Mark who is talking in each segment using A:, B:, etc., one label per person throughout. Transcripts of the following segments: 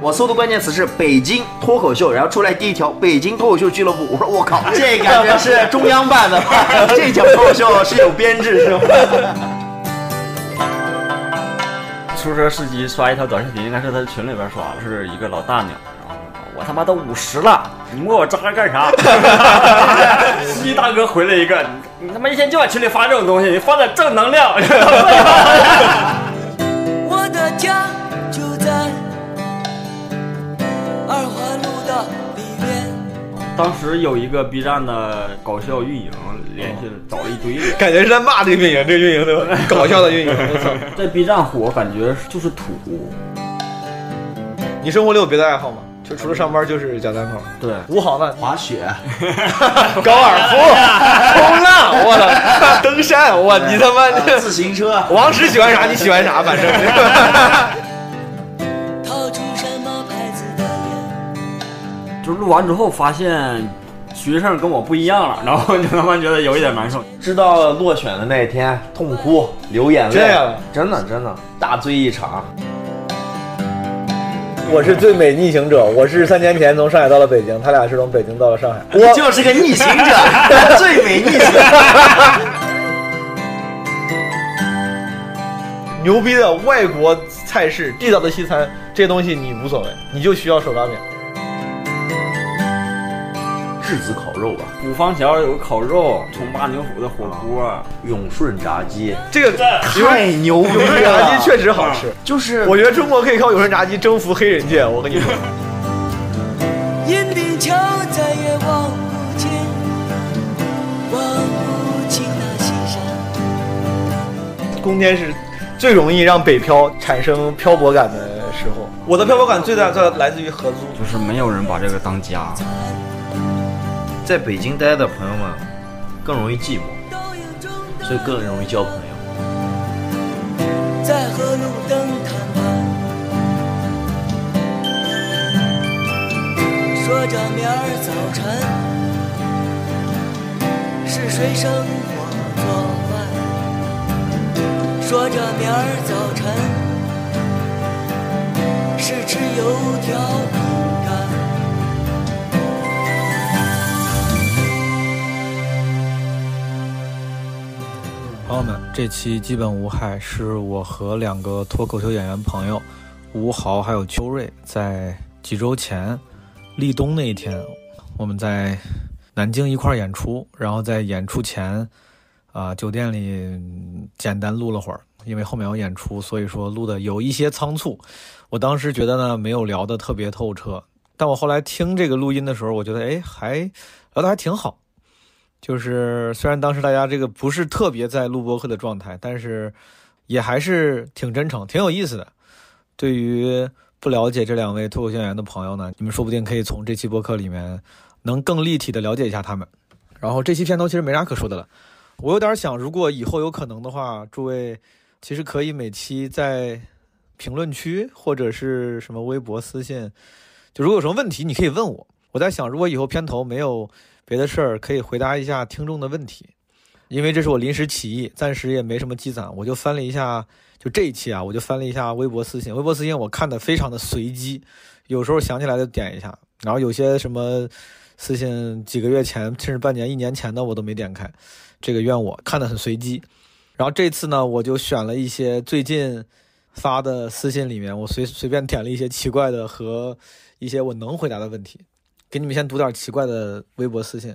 A: 我搜的关键词是北京脱口秀，然后出来第一条北京脱口秀俱乐部。我说我靠， 这感觉是中央办的吧，这讲脱口秀是有编制是吗？
B: 出租车司机刷一条短视频，应该是他群里边刷的，是一个老大娘，然后说我他妈都五十了，你摸我渣干啥？ 司机大哥回了一个，你他妈一天就往群里发这种东西，你发点正能量。
C: 我的家就在二环路的里面。
B: 当时有一个 B 站的搞笑运营，联系找了一堆人。
D: 感觉是在骂这个运营，这个运营对吧？搞笑的运营，我操！
B: 在 B 站火，感觉就是土。
D: 你生活里有别的爱好吗？就除了上班就是讲单口，
B: 对，
D: 无好呢，
A: 滑雪，
D: 高尔夫、冲浪，我操，啊登山，我 你他妈
A: 呃自行车，
D: 王石喜欢啥你喜欢啥， 反正
C: 掏出什么牌子的烟？
B: 就录完之后发现学生跟我不一样了，然后就他妈觉得有一点难受。
A: 知道落选的那一天痛哭流眼
D: 这样
A: 真的真的大醉一场。
D: 我是最美逆行者，我是三年前从上海到了北京，他俩是从北京到了上海。
A: 我就是个逆行 者，最美逆行
D: 牛逼的外国菜式、地道的西餐，这东西你无所谓，你就需要手抓饼。
A: 质子烤肉啊吧，
B: 古方桥有个烤肉，重八牛府的火锅，
A: 永顺炸鸡
D: 这个
A: 太牛逼
D: 永顺炸
A: 了，
D: 鸡确实好吃，
A: 就是
D: 我觉得中国可以靠永顺炸鸡征服黑人界。我跟 你说，
C: 银锭桥再也望不清，望不清那西山。
D: 冬天是最容易让北漂产生漂泊感的时候。我的漂泊感最大最大来自于合租。
B: 就是没有人把这个当家。
A: 在北京待的朋友们更容易寂寞，
C: 倒影中的
A: 所以更容易交朋友。
C: 在和路灯谈判，说着明儿早晨是谁生我做饭，说着明儿早晨是吃油条饼干。
E: 朋友们，这期基本无害，是我和两个脱口秀演员朋友吴豪还有邱瑞，在几周前立冬那一天，我们在南京一块儿演出，然后在演出前啊、酒店里嗯简单录了会儿，因为后面有演出，所以说录的有一些仓促。我当时觉得呢，没有聊得特别透彻，但我后来听这个录音的时候，我觉得哎，还聊得还挺好。就是虽然当时大家这个不是特别在录播课的状态，但是也还是挺真诚、挺有意思的。对于不了解这两位脱口秀演员的朋友呢，你们说不定可以从这期播客里面能更立体的了解一下他们。然后这期片头其实没啥可说的了，我有点想，如果以后有可能的话，诸位其实可以每期在评论区或者是什么微博私信，就如果有什么问题你可以问我。我在想，如果以后片头没有别的事儿可以回答一下听众的问题，因为这是我临时起意，暂时也没什么积攒，我就翻了一下，就这一期啊，我就翻了一下微博私信，微博私信我看的非常的随机，有时候想起来就点一下，然后有些什么私信几个月前甚至半年、一年前的我都没点开，这个怨我看的很随机。然后这次呢，我就选了一些最近发的私信里面，我随随便点了一些奇怪的和一些我能回答的问题，给你们先读点奇怪的微博私信。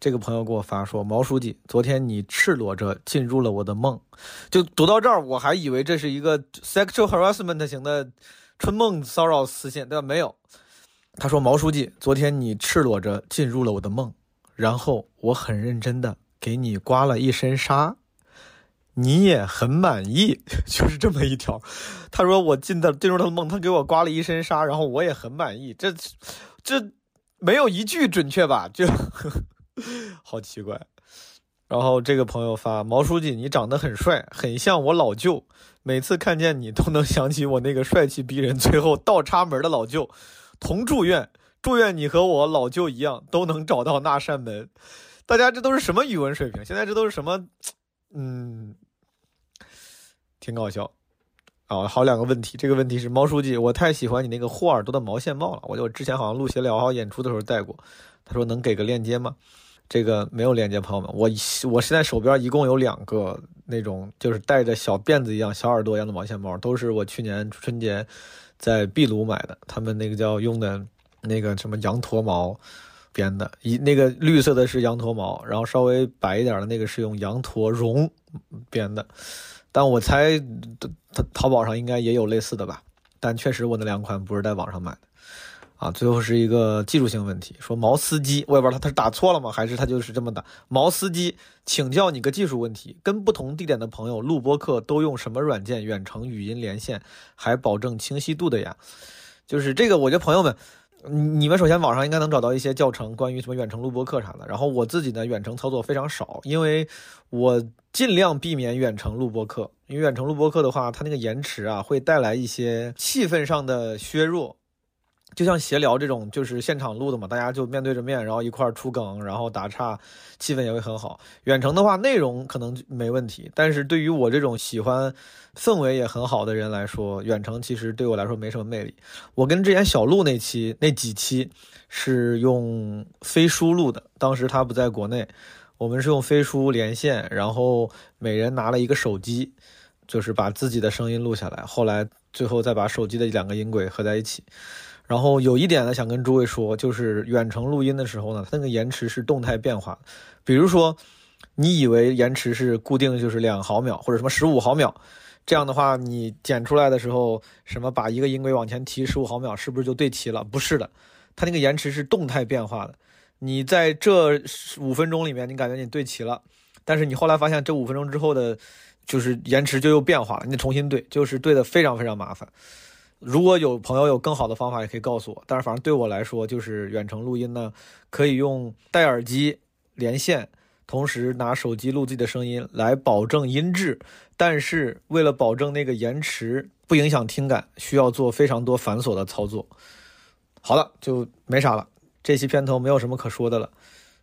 E: 这个朋友给我发说：“毛书记，昨天你赤裸着进入了我的梦。”就读到这儿，我还以为这是一个 sexual harassment 型的春梦骚扰私信，对吧？没有。他说：“毛书记，昨天你赤裸着进入了我的梦，然后我很认真的给你刮了一身纱，你也很满意。” 就是这么一条。他说：“我进的进入他的梦，他给我刮了一身纱，然后我也很满意。这”这没有一句准确吧？就 好奇怪。然后这个朋友发毛书记，你长得很帅，很像我老舅。每次看见你，都能想起我那个帅气逼人、最后倒插门的老舅。同祝愿，祝愿你和我老舅一样，都能找到那扇门。大家这都是什么语文水平？现在这都是什么？嗯，挺搞笑。啊、好两个问题，这个问题是猫书记，我太喜欢你那个霍尔多的毛线帽了，我就之前好像录闲聊号演出的时候戴过。他说能给个链接吗？这个没有链接，朋友们，我我现在手边一共有两个那种就是带着小辫子一样、小耳朵一样的毛线帽，都是我去年春节在秘鲁买的，他们那个叫用的那个什么羊驼毛编的，一那个绿色的是羊驼毛，然后稍微白一点的那个是用羊驼绒编的，但我猜淘淘宝上应该也有类似的吧，但确实我那两款不是在网上买的。啊，最后是一个技术性问题，说毛司机，我也不知道他他是打错了吗，还是他就是这么打。毛司机，请教你个技术问题：跟不同地点的朋友录播课都用什么软件远程语音连线，还保证清晰度的呀？就是这个，我觉得朋友们，你你们首先网上应该能找到一些教程，关于什么远程录播课啥的。然后我自己呢，远程操作非常少，因为我尽量避免远程录播课，因为远程录播课的话，它那个延迟啊，会带来一些气氛上的削弱。就像闲聊这种，就是现场录的嘛，大家就面对着面，然后一块儿出梗，然后打岔，气氛也会很好。远程的话，内容可能没问题，但是对于我这种喜欢氛围也很好的人来说，远程其实对我来说没什么魅力。我跟之前小鹿那期那几期是用飞书录的，当时他不在国内，我们是用飞书连线，然后每人拿了一个手机，就是把自己的声音录下来，后来最后再把手机的两个音轨合在一起。然后有一点呢，想跟诸位说，就是远程录音的时候呢，它那个延迟是动态变化的。比如说，你以为延迟是固定，就是两毫秒或者什么十五毫秒，这样的话，你剪出来的时候，什么把一个音轨往前提十五毫秒，是不是就对齐了？不是的，它那个延迟是动态变化的。你在这五分钟里面，你感觉你对齐了，但是你后来发现这五分钟之后的，就是延迟就又变化了，你得重新对，就是对的非常非常麻烦。如果有朋友有更好的方法，也可以告诉我。但是反正对我来说，就是远程录音呢，可以用戴耳机连线，同时拿手机录自己的声音，来保证音质。但是为了保证那个延迟不影响听感，需要做非常多繁琐的操作。好了，就没啥了。这期片头没有什么可说的了。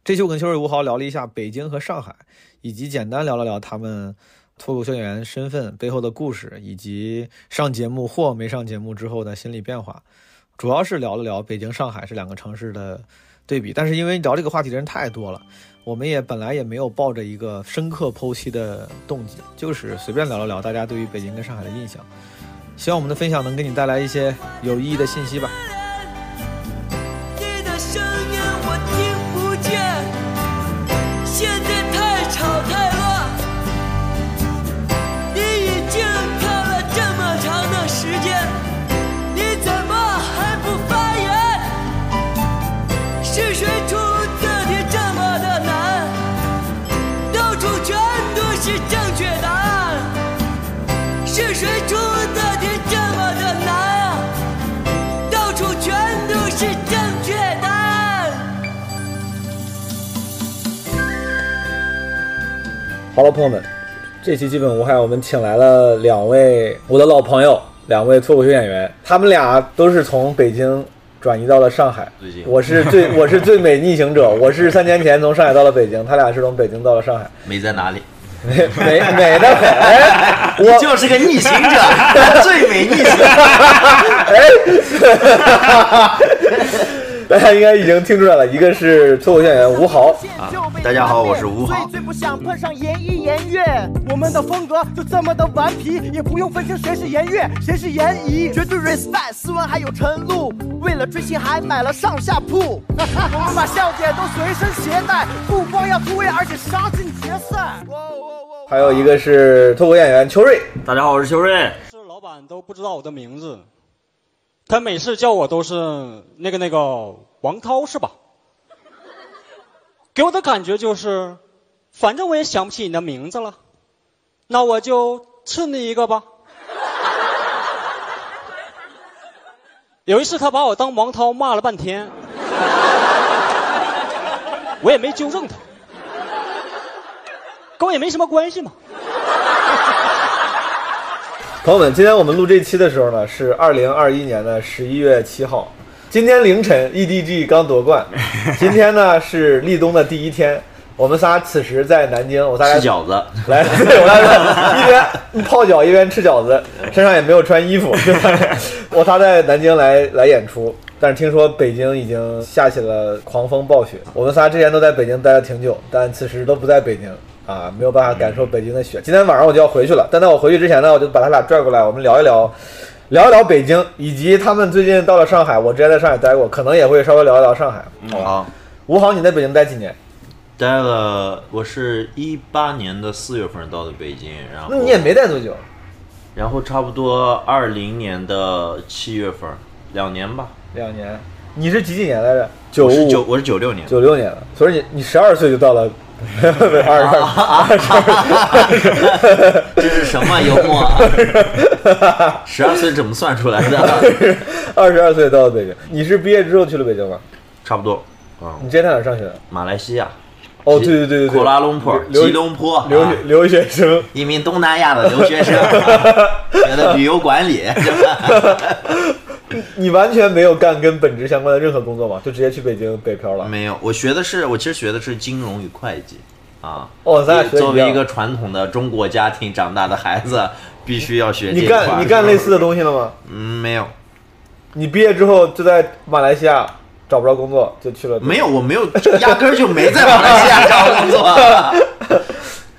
E: 这期我跟修睿吴豪聊了一下北京和上海，以及简单聊了聊他们。脱口秀演员身份背后的故事，以及上节目或没上节目之后的心理变化，主要是聊了聊北京、上海这两个城市的对比。但是因为聊这个话题的人太多了，我们也本来也没有抱着一个深刻剖析的动机，就是随便聊了聊大家对于北京跟上海的印象。希望我们的分享能给你带来一些有意义的信息吧。
C: 你的声音我听不见，现在太吵太乱。你已经看了这么长的时间，你怎么还不发言？是谁出的题这么的难？到处全都是正确答案，是谁出的题这么的难啊？到处全都是正确答案。
E: 好了，朋友们，这期基本无害，我们请来了两位我的老朋友，两位脱口秀演员，他们俩都是从北京转移到了上海
B: 最近。
E: 我是 最我是最美逆行者，我是三年前从上海到了北京，他俩是从北京到了上海，
F: 没在哪里，
E: 美 美美的很。 哎，我
F: 就是个逆行者，最美逆行者。
E: 大家应该已经听出来了，一个是脱口秀演员吴豪，
F: 大家好，我是吴
G: 所
F: 豪
G: 以。最不想碰上颜一颜悦，我们的风格就这么的顽皮，也不用分清谁是颜悦，谁是颜怡，绝对 respect 斯文还有陈露，为了追星还买了上下铺， 我们把笑点都随身携带，不光要突围，而且杀进决赛。
E: 还有一个是脱口演员邱瑞。
B: 大家好，我是秋瑞。
H: 是老板都不知道我的名字，他每次叫我都是那个那个王涛是吧？给我的感觉就是，反正我也想不起你的名字了，那我就赐你一个吧。有一次他把我当王涛骂了半天，我也没纠正他，跟我也没什么关系嘛。
E: 朋友们，今天我们录这期的时候呢，是二零二一年的十一月七号，E 今天凌晨 EDG 刚夺冠，今天呢是立冬的第一天，
D: 我们仨此时在南京，我仨
I: 吃
D: 来
I: 饺子，
D: 来， 对我来一边泡脚一边吃饺子，身上也没有穿衣服，对吧？我仨在南京来来演出，但是听说北京已经下起了狂风暴雪，我们仨之前都在北京待了挺久，但此时都不在北京。啊，没有办法感受北京的雪。今天晚上我就要回去了，但在我回去之前呢，我就把他俩拽过来，我们聊一聊，聊一聊北京，以及他们最近到了上海。我之前在上海待过，可能也会稍微聊一聊上海。
A: 嗯
D: 好吧，
I: 好，
D: 吴航，你在北京待几年？
A: 待了，我是一八年的四月份到的北京，然后
D: 那你也没待多久。
A: 然后差不多二零年的七月份，两年吧。
D: 两年，你是几几年来着？
A: 我是九，我是九六年，
D: 九六年了，所以你你十二岁就到了 二十
A: 啊
D: 二，
I: 这是什么幽默啊？
A: 啊 十二岁怎么算出来的？
D: 二十二岁到了北京。你是毕业之后去了北京吗？
A: 差不多，嗯，
D: 你之前在哪儿上学？啊
A: 马来西亚，
D: 哦，对对对对对，
A: 库拉隆坡，
D: 留
A: 吉隆坡，
D: 留
A: 啊
D: 学留学生。
I: 一名东南亚的留学 生，
A: 啊
I: 学的旅游管理，
D: 你完全没有干跟本职相关的任何工作吗？就直接去北京北漂了？
A: 没有，我学的是，我其实学的是金融与会计啊。
D: 哦咱俩
A: 也
D: 学的
A: 作
D: 一样
A: 为一个传统的中国家庭长大的孩子，必须要学这
D: 你
A: 一块
D: 干
A: 儿。
D: 你干类似的东西了吗？
A: 嗯，没有，
D: 你毕业之后就在马来西亚找不着工作，就去了。
A: 没有，我没有，压根儿就没在马来西亚找工 作。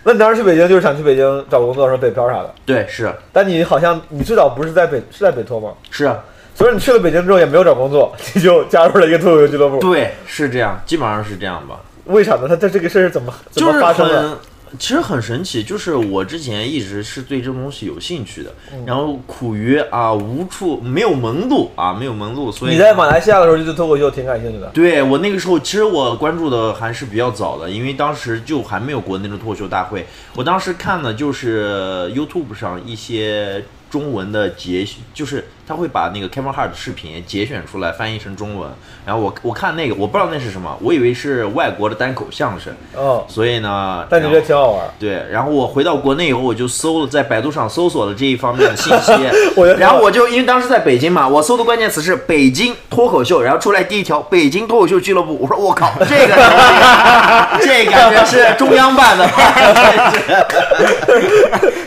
D: 那你当时去北京就是想去北京找工作，说北漂啥的。
A: 对，是
D: 但你好像你最早不是在北是在北托吗？
A: 是，啊
D: 所以你去了北京之后也没有找工作， 你就加入了一个脱口秀俱乐部。
A: 对，是这样，基本上是这样吧。
D: 为啥呢？他他这个事儿是怎么怎
A: 就
D: 么
A: 是
D: 发生的？
A: 很，其实很神奇，就是我之前一直是对这种东西有兴趣的，
D: 嗯
A: 然后苦于啊无处没有门路啊没有门路，所以
D: 你在马来西亚的时候就对脱口秀挺感兴趣的，
A: 对我那个时候，其实我关注的还是比较早的，因为当时就还没有国内的脱口秀大会。我当时看的就是 YouTube 上一些中文的节，就是他会把那个 Kevin Hart 的视频节选出来，翻译成中文。然后我我看那个，我不知道那是什么，我以为是外国的单口相声。
D: 嗯，
A: 所以呢，
D: 但你觉
A: 然
D: 得
A: 后
D: 挺好玩。
A: 对，然后我回到国内以后，我就搜了，在百度上搜索了这一方面的信 息
D: 我觉得，
I: 然后我就因为当时在北京嘛，我搜的关键词是北京脱口秀，然后出来第一条北京脱口秀俱乐部，我说我靠，这个东西这感觉是中央办的吧，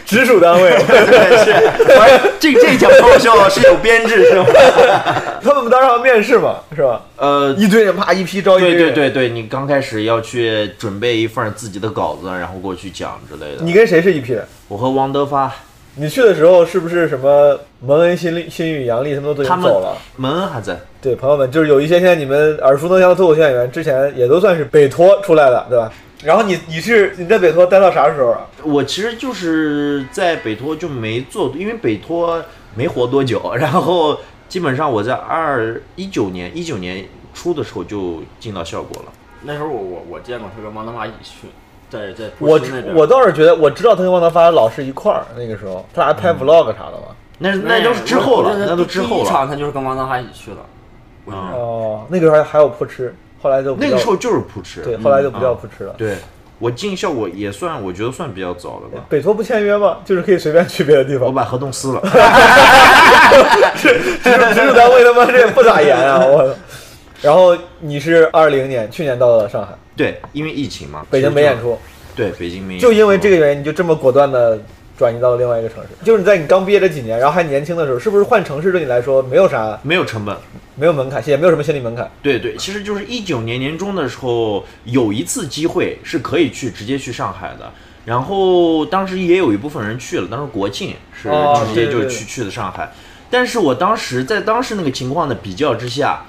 D: 直属单 位，
I: 是，我说这这讲脱口秀是有编制是吗？
D: 他们当时还要面试嘛，是吧？
A: 呃，
D: 一堆人啪一批招一 堆
A: 对对
D: 人，
A: 对对，你刚开始要去准备一份自己的稿子，然后过去讲之类的。
D: 你跟谁是一批人？
A: 我和王德发
D: 你去的时候是不是什么蒙恩、新力、新宇、杨笠他们都已
A: 他
D: 经
A: 们
D: 走了？
A: 蒙恩还在，
D: 对，朋友们，就是有一些现在你们耳熟能详的脱口秀演员，之前也都算是北托出来的，对吧？然后你你是你在北托待到啥时候啊？
A: 我其实就是在北托就没做，因为北托没活多久， 然后基本上我在二一九年一九年初的时候就进到效果了。
B: 那时候我我我见过他跟王德玛一起去，在在
D: 我
B: 波士那边
D: 我倒是觉得，我知道他跟王德发老是一块儿，那个时候他俩还拍 vlog 啥的嘛。
A: 那那都是之后了，那都之后
B: 第一
A: 了。
B: 场他就是跟王德玛一起去的，我觉得
D: 哦，那个时候还还有扑哧，后来就不
A: 那
D: 叫
A: 个时候就是扑哧，
D: 对，
A: 嗯
D: 后来就不叫
A: 啊
D: 扑哧了。
A: 对，我进效果也算，我觉得算比较早了吧。
D: 北托不签约吗？就是可以随便去别的地
A: 我
D: 方。
A: 把合同撕了。
D: 直 属直属单位他妈这也不咋严啊！我。 然后你是二零年，去年到了上海，
A: 对，因为疫情嘛，
D: 北京没演。出，
A: 对，北京没演出。
D: 就因为这个原因，你就这么果断的转移到了另外一个城市。就是你在你刚毕业这几年，然后还年轻的时候，是不是换城市对你来说没有啥
A: 没有成本。
D: 没有门槛，也没有什么心理门槛？
A: 对对，其实就是一九年年中的时候，有一次机会是可以去直接去上海的。然后当时也有一部分人去了，当时国庆是
D: 哦
A: 直接
D: 对对
A: 就
D: 对
A: 去去的上海。但是我当时在当时那个情况的比较之下，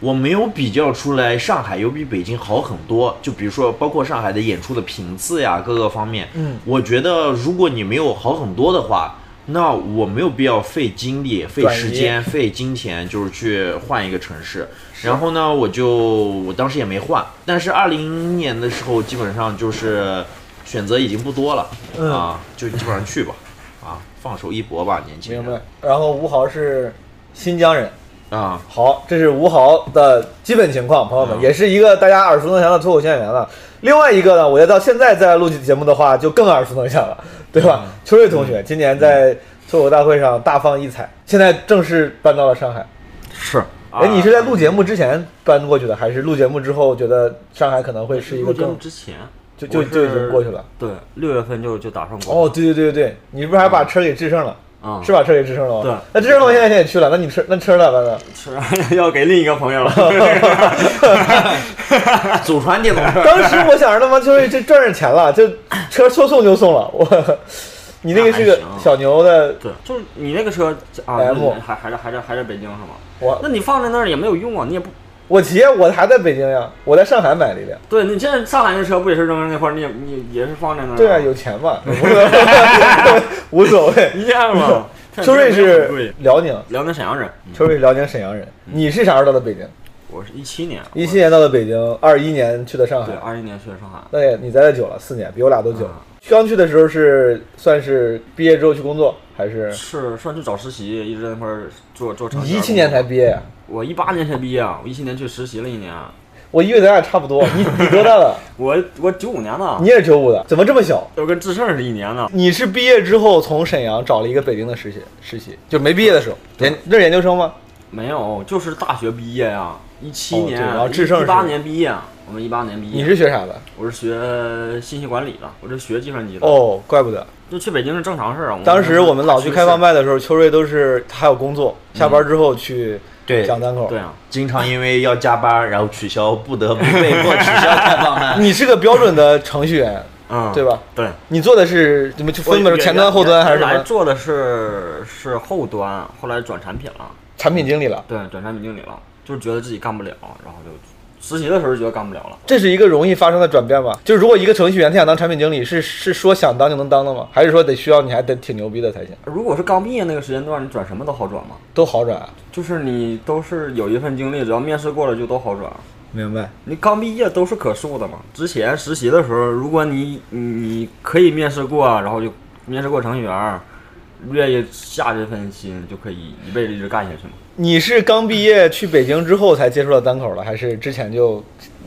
A: 我没有比较出来上海有比北京好很多。就比如说，包括上海的演出的频次呀，各个方面。
D: 嗯，
A: 我觉得如果你没有好很多的话，那我没有必要费精力、费
D: 转移
A: 时间、费金钱，就是去换一个城市。然后呢，我就我当时也没换，但是二零年的时候，基本上就是选择已经不多了、
D: 嗯
A: 啊，就基本上去吧，啊，放手一搏吧，年轻人。
D: 明白。然后吴豪是新疆人，
A: 啊，
D: 好，这是吴豪的基本情况，朋友们，
A: 嗯
D: 也是一个大家耳熟能详的脱口秀演员了。另外一个呢，我觉得到现在再来录节目的话，就更耳熟能详了，
B: 嗯
D: 对吧？秋瑞同学今年在脱口大会上大放异彩，现在正式搬到了上海。
B: 是。啊
D: 哎，你是在录节目之前搬过去的，还是录节目之后觉得上海可能会是一
B: 录
D: 个
B: 节目
D: 更
B: 之前
D: 就
B: 嗯
D: 就
B: 我是
D: 就已经过去了？
B: 对，六月份就就打算过
D: 哦，对对对对对，你是不是还把车给制胜了？
B: 啊，
D: 是把车给制胜了吗？
B: 对
D: 那制胜了，我现在也去了。那你车那车咋办呢？
B: 是 要给另一个朋友了，
A: 祖传 电动车，
D: 当时我想着他妈就是这赚着钱了，就车说送就送了。我，你那个是个
B: 那还行
D: 小牛的，
B: 对，就是你那个车啊，
D: M
B: 那还还在还在还在北京是吗？那
D: 我
B: 你放在那儿也没有用啊，你也不
D: 我骑，我还在北京呀，我在上海买了一辆。
B: 对你现在上海那车不也是扔在那块儿，你也你也是放在那儿？
D: 对 啊，有钱嘛，无所谓。
B: 一样嘛。
D: 秋瑞
B: 很贵嗯
D: 是辽宁，
B: 辽宁沈阳人，
D: 秋瑞是辽宁沈阳人。你是啥时候到的北京？
B: 我是一七年，
D: 一七年到的北京，二一年去的上
B: 对啊
D: 海。
B: 二一年去的上海，
D: 那也你在这久了，四年，比我俩都久
B: 啊。
D: 刚去的时候是算是毕业之后去工作，还是
B: 是算去找实习，一直在那块儿做做厂。
D: 你一七年才，毕业呀？
B: 我一八年才毕业啊，我一七年去实习了一年，啊
D: 我以为咱俩差不多。你你多大了？
B: 我我九五年的，
D: 你也是九五的，怎么这么小？
B: 我跟志胜是一年的，
D: 你是毕业之后从沈阳找了一个北京的实习，实习就没毕业的时候，研那是研究生吗？
B: 没有，就是大学毕业呀，一七
D: 哦
B: 年，
D: 对然后志胜
B: 一八
D: 是
B: 年毕业，啊我们一八年毕业，
D: 你是学啥的？
B: 我是学信息管理的，我是学计算机的。，
D: 哦，怪不得
B: 就去北京是正常事儿啊。
D: 当时我们老去开放
B: 麦，
D: 麦的时候，秋瑞都是他还有工作，下班之后去
A: 对
D: 讲单口。
B: 对啊，
A: 经常因为要加班，然后取消，不得不被迫取消 开放麦。
D: 你是个标准的程序员，
B: 嗯，
D: 对吧？
B: 对，
D: 你做的是怎么就分门前端后端还是什
B: 原来
D: 么？
B: 做的是是后端，后来转产品了，
D: 产品经理了。
B: 对，转产品经理了，就是觉得自己干不了，然后就实习的时候就觉得干不了了。
D: 这是一个容易发生的转变吧？就是如果一个程序员他想当产品经理，是是说想当就能当的吗？还是说得需要你还得挺牛逼的才行？
B: 如果是刚毕业那个时间段，你转什么都好转嘛，
D: 都好转啊，
B: 就是你都是有一份经历，只要面试过了就都好转。
D: 明白？
B: 你刚毕业都是可塑的嘛。之前实习的时候，如果你你你可以面试过，然后就面试过程序员，愿意下这份心，就可以一辈子一直干下去嘛。
D: 你是刚毕业去北京之后才接触到单口的，还是之前就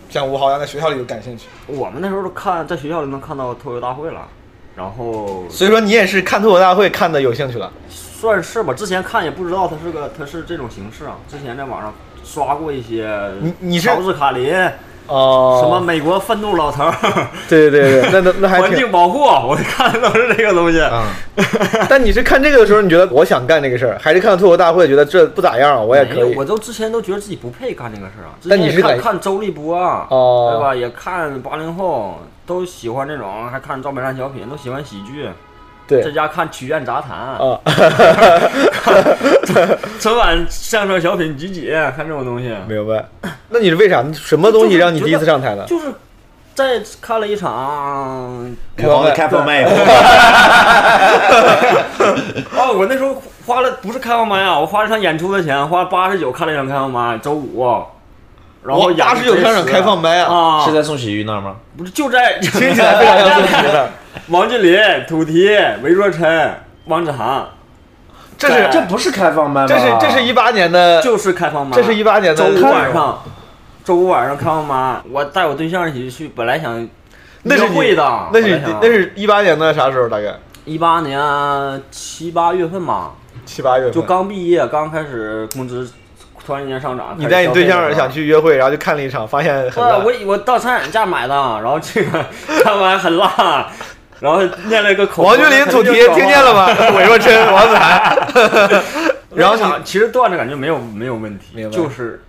D: 像吴豪一样在学校里就感兴趣？
B: 我们那时候都看在学校里能看到脱口大会了，然后
D: 所以说你也是看脱口大会看的有兴趣了。
B: 算是吧，之前看也不知道它是个它是这种形式啊。之前在网上刷过一些，
D: 你你是
B: 乔治卡林，
D: 哦
B: 什么？美国愤怒老头儿。
D: 对对对对，那那那还
B: 环
D: 挺啊
B: 境。保护，我看的都是这个东西。
A: 嗯，
D: 但你是看这个的时候，你觉得我想干这个事儿，还是看到脱口大会觉得这不咋样，我也
B: 没
D: 可
B: 有，
D: 以
B: 哎我？都之前都觉得自己不配干这个事儿啊。之
D: 但
B: 前
D: 你
B: 也
D: 是
B: 看
D: 在
B: 看周立波啊，
D: 哦
B: 对吧？也看八零后，都喜欢这种，还看赵本山小品，都喜欢喜剧。
D: 对
B: 在家看曲苑杂谈，
D: 啊，
B: 春晚相声小品集锦，看这种东西。
D: 明白。那你是为啥？什么东西让你第一次上台呢？
B: 就是在看了一哦场
D: 开放麦
A: 开放麦，
B: 哦，我那时候花了不是开放麦啊，我花了一场演出的钱，花八十九看了一场开放麦，周五，然后
D: 我
B: 演
D: 89看场开放麦啊
B: 啊，
A: 是在宋喜玉那儿吗？
B: 不是就在听
D: 听起来非常像做题的。
B: 王俊林、土提、韦若晨、王志涵，
D: 这是
A: 这不是开放麦吗？
D: 这是这是一八年的，
B: 就是开放麦。
D: 这是一八年
B: 周
D: 的
B: 五晚上，周五晚上开放麦，我带我对象一起去，本来想
D: 那是
B: 约
D: 你
B: 会的，
D: 那是那是一八年的啥时候？大概
B: 一八年七八月份吧，
D: 七八月份
B: 就刚毕业，刚开始工资突然间上涨。
D: 你带你对象想
B: 去。
D: 去约会，然后就看了一场，发现很
B: 对，啊
D: 烂
B: 我以我到餐饮价买的，然后这个看完很辣，然后念了一个口头。
D: 王俊林土提听见了
B: 吗？
D: 吗？韦若琛、王子涵，然后
B: 场
D: 你
B: 其实段子感觉没有没有问题
D: 明，白
B: 就是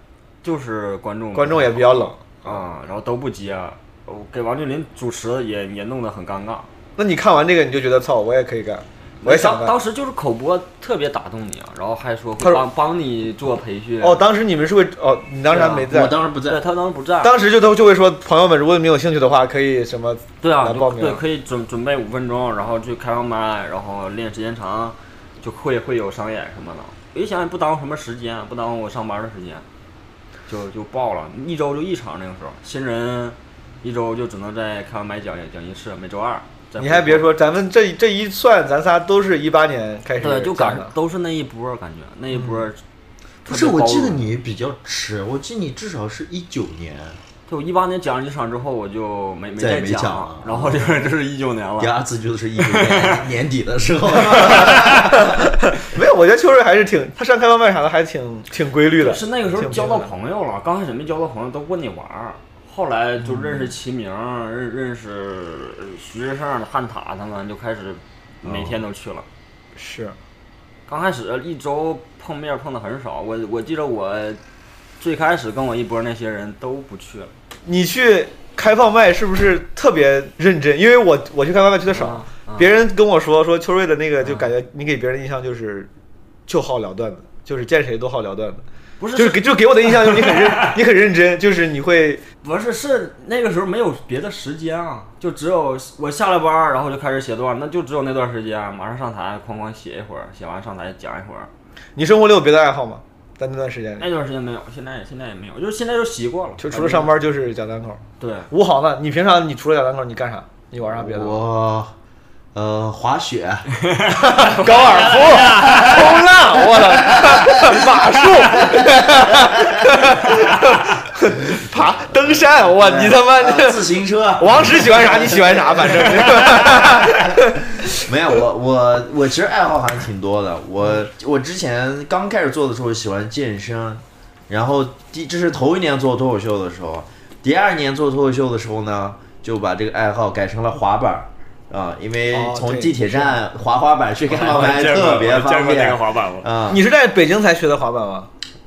B: 就是观众
D: 观众也比较冷。
B: 啊、然后都不接，我给王俊林主持也也弄得很尴尬。
D: 那你看完这个，你就觉得操，我也可以干，我也想
B: 当
D: 干。
B: 当时就是口播特别打动你啊，然后还说
D: 他
B: 会
D: 说
B: 帮帮你做培训。
D: 哦，当时你们是会哦，你当时还没在
A: 我，当时不
B: 对啊
A: 在。
B: 他当时不在，
D: 当时就都就会说，朋友们，如果你们有兴趣的话，可以什么
B: 对啊，
D: 来
B: 就
D: 报名
B: 对，可以准准备五分钟，然后去开放麦，然后练时间长，就会会有商演什么的。我一想也不耽误什么时间，啊不耽误我上班的时间，就就报了，一周就一场。那个时候新人一周就只能在开放麦讲讲一次，每周二。在
D: 你还
B: 回
D: 别
B: 放
D: 说，咱们这这一算，咱仨都是一八年开始
B: 对，就赶
D: 上的。
B: 都是那一波感觉，那一波
A: 不
B: 特别
A: 是，我记得
B: 包容
A: 你比较迟，我记得你至少是一九年。
B: 就我一八年讲了几场之后，我就没没
A: 再也
B: 再
A: 没
B: 讲
A: 讲
B: 了
A: 了。
B: 然后就是这是一九年了
A: 第，二次就是一九年年底的 时候，
E: 没有，我觉得秋瑞还是挺，他上开放麦啥的还挺挺规律的。
B: 是那个时候
E: 挺
B: 交到
E: 平稳的
B: 朋友了，刚开始没交到朋友，都问你玩儿。后来就
E: 嗯
B: 认识齐明，认认识徐志胜、汉塔他们，就开始
E: 哦
B: 每天都去了。
E: 是，
B: 刚开始一周碰面碰的很少，我我记得我最开始跟我一波那些人都不去了，
E: 你去开放麦是不是特别认真？因为我我去开放麦去的少，别人跟我说说秋瑞的那个，就感觉你给别人的印象就是就好聊段子，就是见谁都好聊段子。
B: 不是
E: 就是给就给我的印象就是你很认你很认真，就是你会
B: 不是是那个时候没有别的时间啊，就只有我下了班儿，然后就开始写段，那就只有那段时间，马上上台哐哐写一会儿，写完上台讲一会儿，
E: 你生活里有别的爱好吗？在那段时间里，
B: 那段时间没有，现在也现在也没有，就是现在就习惯了，
E: 就除了上
B: 感
E: 班就是讲单口。
B: 觉对。
E: 吴豪呢？你平常你除了讲单口你干啥？你玩啥别的？
A: 我呃滑雪，
E: 高尔夫、冲浪，我操，马术，爬登山，我 你他妈
A: 呃自行车，
E: 王石喜欢啥你喜欢啥，反 正
A: 没有，我我我其实爱好还是挺多的。我我之前刚开始做的时候喜欢健身，然后第这是头一年做脱口秀的时候，第二年做脱口秀的时候呢，就把这个爱好改成了滑板儿。啊、因为
E: 哦
A: 从
E: 对
A: 地铁站滑滑板去看滑板
B: 见过
A: 特别
B: 我见
A: 方
B: 过那
A: 便
B: 个滑板我
A: 啊、
E: 你是在北京才学的滑板吗？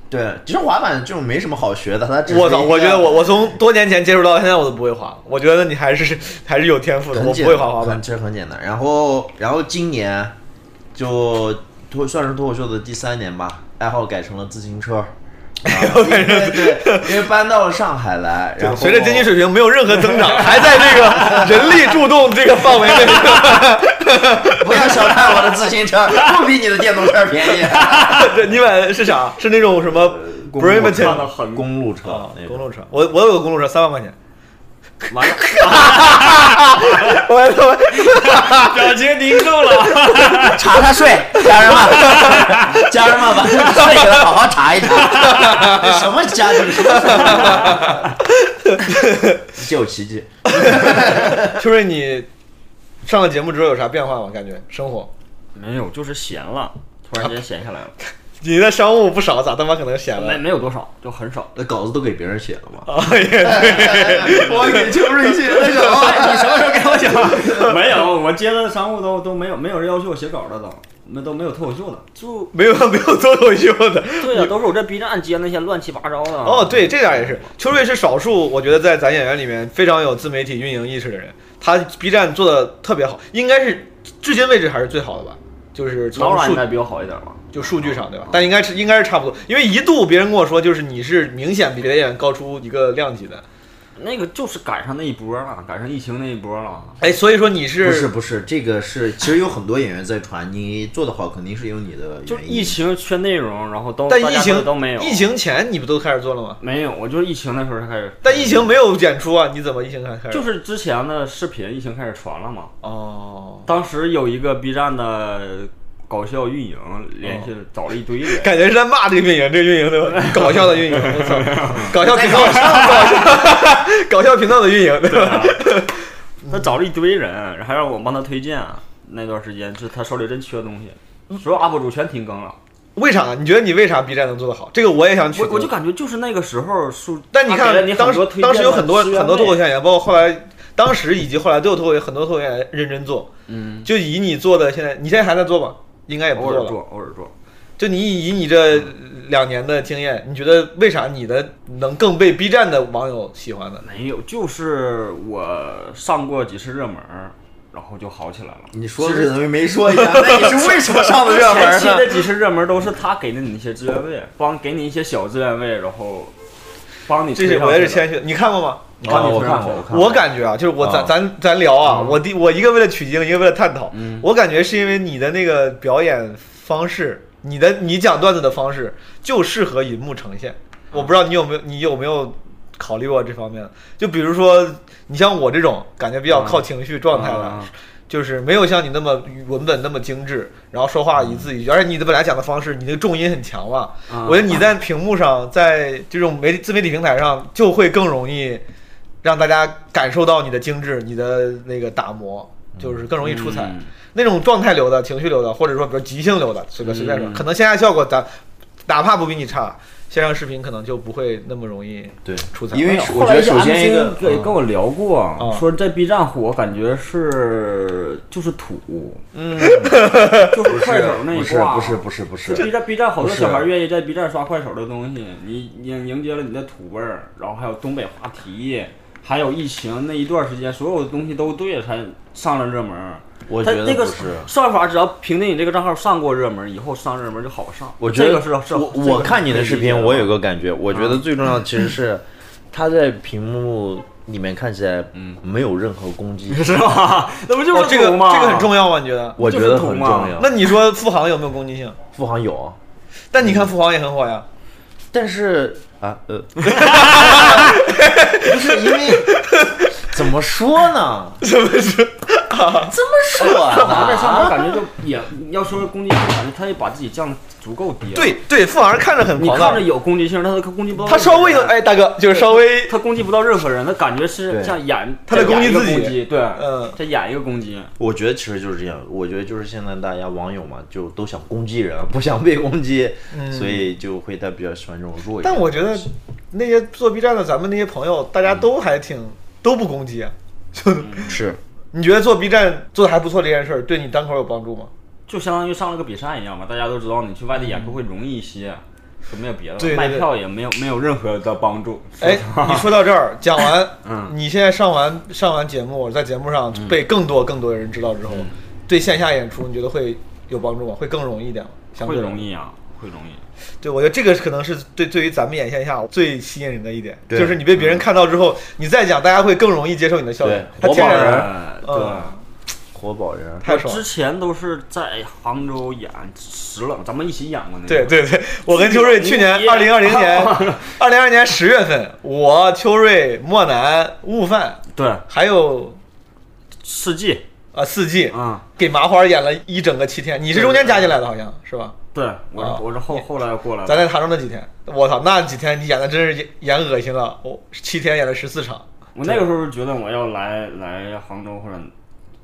A: 对，其实滑板就没什么好学的，它只是
E: 我操，
A: 一个
E: 我觉得我我从多年前接触到现在我都不会滑，我觉得你还是还是有天赋的，
A: 很
E: 我不
A: 简
E: 会滑滑
A: 很
E: 板。
A: 其实很简单。然后，然后今年就脱算是脱口秀的第三年吧，爱好改成了自行 车。啊因为对，因为搬到了上海来，然后
E: 随着经济水平没有任何增长，还在这个人力助动这个范围内。
A: 不要小看我的自行车，不比你的电动车便宜。
E: 这你买的是啥？是那种什么 Bremerton
B: 看到很
A: 公路车
E: 啊，
A: 那
E: 公
A: 种
E: 路车，我我有个公路车，三万块钱。
B: 完了，
E: 我我
B: 表情凝重 了。
A: 查查税，家人 们，家人们把这个税给他好好查一 查。这什么家 庭？什么税就奇迹。
E: 秋瑞，你上了节目之后有啥变化吗？感觉生活，
B: 没有，就是闲了，突然间闲下来了，
E: 你的商务不少，咋他妈可能闲
B: 没
E: 了？
B: 没有多少，就很少。
A: 那稿子都给别人写了吗？
E: 啊也对，
A: 我给邱瑞信那个，
E: 哦
A: 你什么时候给我写？
B: 没有，我接的商务都都没有，没有人要求我写稿的都，那都没有脱口秀的，就
E: 没有没有脱口秀的。
B: 对啊呀、都是我在 B 站接那些乱七八糟的。
E: 哦，，对，这点也是，秋瑞是少数，我觉得在咱演员里面非常有自媒体运营意识的人。他 B 站做的特别好，应该是至今为止还是最好的吧，就是
B: 劳
E: 从
B: 拉
E: 数
B: 应该比我好一点吧？
E: 就数据上对吧？但应该是应该是差不多，因为一度别人跟我说，就是你是明显比别的演员高出一个量级的。
B: 那个就是赶上那一波了，赶上疫情那一波了。
E: 哎，所以说你是
A: 不是不是，这个是其实有很多演员在传，你做的好肯定是有你的
B: 就是
A: 原因。
B: 疫情缺内容，然后都
E: 但
B: 大
E: 疫
B: 家
E: 情
B: 都没有，
E: 疫情前你不都开始做了吗？
B: 没有，我就是疫情那时候才开始。
E: 但疫情没有演出啊，你怎么疫情才开始？
B: 就是之前的视频，疫情开始传了嘛。
E: 哦，
B: 当时有一个 B 站的搞笑运营，联
E: 哦
B: 系找了一堆人，
E: 感觉是在骂这个运营，这个运营对吧？搞笑的运营，我操，搞笑频道，搞笑，搞笑频道的运营对吧？
B: 啊他找了一堆人，然后让我帮他推荐。啊那段时间是他手里真缺东西，所有
E: 嗯
B: UP 主全停更了。
E: 为啥？啊你觉得你为啥 B 站能做得好？这个我也想取
B: 我
E: 经。
B: 我就感觉就是那个时候数，
E: 但你
B: 他给了
E: 看，
B: 你
E: 当
B: 很多
E: 时
B: 推荐
E: 当时有
B: 的
E: 很多
B: 资源
E: 很多脱口
B: 类
E: 秀演员，包括后来当时以及后来都有脱口秀很多脱口秀演员认真做。
B: 嗯，
E: 就以你做的，现在你现在还在做吧？应该也不
B: 偶
E: 做
B: 尔
E: 了。
B: 做偶尔做，
E: 就你以以你这两年的经验，你觉得为啥你的能更被 B 站的网友喜欢呢？
B: 没有，就是我上过几次热门儿，然后就好起来了。
A: 你说是等于没说一样， 那你是为什么上的热
B: 前
A: 门
B: 期
A: 呢？
B: 的几次热门都是他给的你一些志愿位，帮给你一些小志愿位，然后帮你推
E: 这
B: 上去
E: 是
B: 的。
E: 我也是谦虚的，你看过吗？
B: 你看
A: 哦
B: 你
A: 我
B: 推
A: 看
B: 上去
A: 过
B: 的
A: 我看过
E: 我感觉啊，就是我咱
A: 啊
E: 咱咱聊啊，我第我一个为了取经，一个为了探讨。
B: 嗯
E: 我感觉是因为你的那个表演方式，你的你讲段子的方式就适合银幕呈现。我不知道你有没有你有没有考虑过这方面？就比如说你像我这种感觉比较靠情绪状态的，
B: 啊
E: 就是没有像你那么文本那么精致，然后说话一字一句，而且你的本来讲的方式，你那个重音很强嘛。
B: 嗯
E: 我觉得你在屏幕上，在这种媒自媒体平台上，就会更容易让大家感受到你的精致，你的那个打磨，就是更容易出彩。
B: 嗯
E: 那种状态流的、情绪流的，或者说比如即兴流的，随便随便说，可能线下效果咱哪怕不比你差，线上视频可能就不会那么容易
A: 对
E: 出彩。
A: 因为我
B: 后
A: 觉
B: 来
A: 得
B: 是
A: 首
B: M
A: 先一
B: 星
A: 个，
B: 跟跟我聊过，
E: 嗯
B: 说在 B 站火，感觉是就是土，
E: 嗯，
B: 就是快手那
A: 不
B: 一
A: 是
B: 挂，
A: 不是不是不，
B: 就是 B 站 B 站好多
A: 不是
B: 小孩愿意在 B 站刷快手的东西，你迎迎接了你的土味儿，然后还有东北话题，还有疫情那一段时间，所有的东西都对了才上了热门儿。
A: 我
B: 它
A: 觉得
B: 这
A: 不
B: 个
A: 是。
B: 算法只要凭借你这个账号上过热门，以后上热门就好上。
A: 我觉得
B: 这个是是，
A: 我
B: 这个是
A: 我看你的视频，
B: 可以理解
A: 我有个嗯感觉，我觉得最重要的其实是他在屏幕里面看起来没有任何攻 击，
B: 是吧？那不就
E: 哦，
B: 是
E: 这个
B: 土吗
E: 这个很重要吗？你觉得？
A: 我觉得很重
B: 就是土
A: 要。
E: 那你说付航有没有攻击 性？
A: 付航有 啊，
E: 但你看付航也很火呀。
A: 但是啊呃， 不是因为怎么说呢？怎么说？怎么说
B: 咱这哎上
A: 呢？
B: 面感觉就也要说攻击性，感觉他也把自己降得足够低了。，
E: 对对，付航看着很
B: 你
E: 狂
B: 看着
E: 的，
B: 有攻击性，但是他攻击不到任何人。
E: 他稍微有哎，大哥就是稍微
B: 他攻击不到任何人，他感觉
A: 对
B: 是像演
E: 他在
B: 在演一个
E: 攻击自己
B: 攻击对，
E: 嗯
B: 在演一个攻击，
A: 我觉得其实就是这样，我觉得就是现在大家网友嘛，就都想攻击人，啊不想被攻击，
E: 嗯
A: 所以就会他比较喜欢这种弱一点。
E: 但我觉得那些做 B 站的咱们那些朋友，大家都还挺都不攻击啊。就
A: 是
E: 你觉得做 B 站做的还不错这件事儿，对你单口有帮助吗？
B: 就相当于上了个比赛一样嘛。大家都知道你去外地演出会容易一些，就没有别的了，
E: 嗯对对对
B: 卖票也没有没有任何的帮助。
E: 哎，你说到这儿，讲完，
B: 嗯
E: 你现在上完上完节目，在节目上被更多更多的人知道之后，对线下演出你觉得会有帮助吗？会更容易一点吗？相
B: 会
E: 对来
B: 容
E: 说。
B: 易啊，会容易。
E: 对，我觉得这个可能是对对于咱们演线下最吸引人的一点，
A: 对
E: 就是你被别人看到之后，你再讲，大家会更容易接受你的笑点。
A: 对
E: 他
A: 活
E: 天
A: 宝
E: 然
A: 人
B: 呃对
E: 嗯。
A: 活宝人，
E: 太
B: 我
E: 爽了
B: 之。前都是在杭州演石冷，咱们一起演过那个。
E: 对，对对，我跟秋瑞去年二零二零年，
B: 啊
E: 二零二零年十月份，我秋瑞、莫南、悟饭，
B: 对，
E: 还有
B: 世纪
E: 啊四季，
B: 啊、
E: 给麻花演了一整个七天，你是中间加进来的，好像是吧？
B: 对我是、
E: 啊
B: 我是后后来过来
E: 咱
B: 的。
E: 在台中那几天，我操，那几天你演的真是演演恶心了，我七天演了十四场，
B: 我那个时候觉得我要来来杭州或者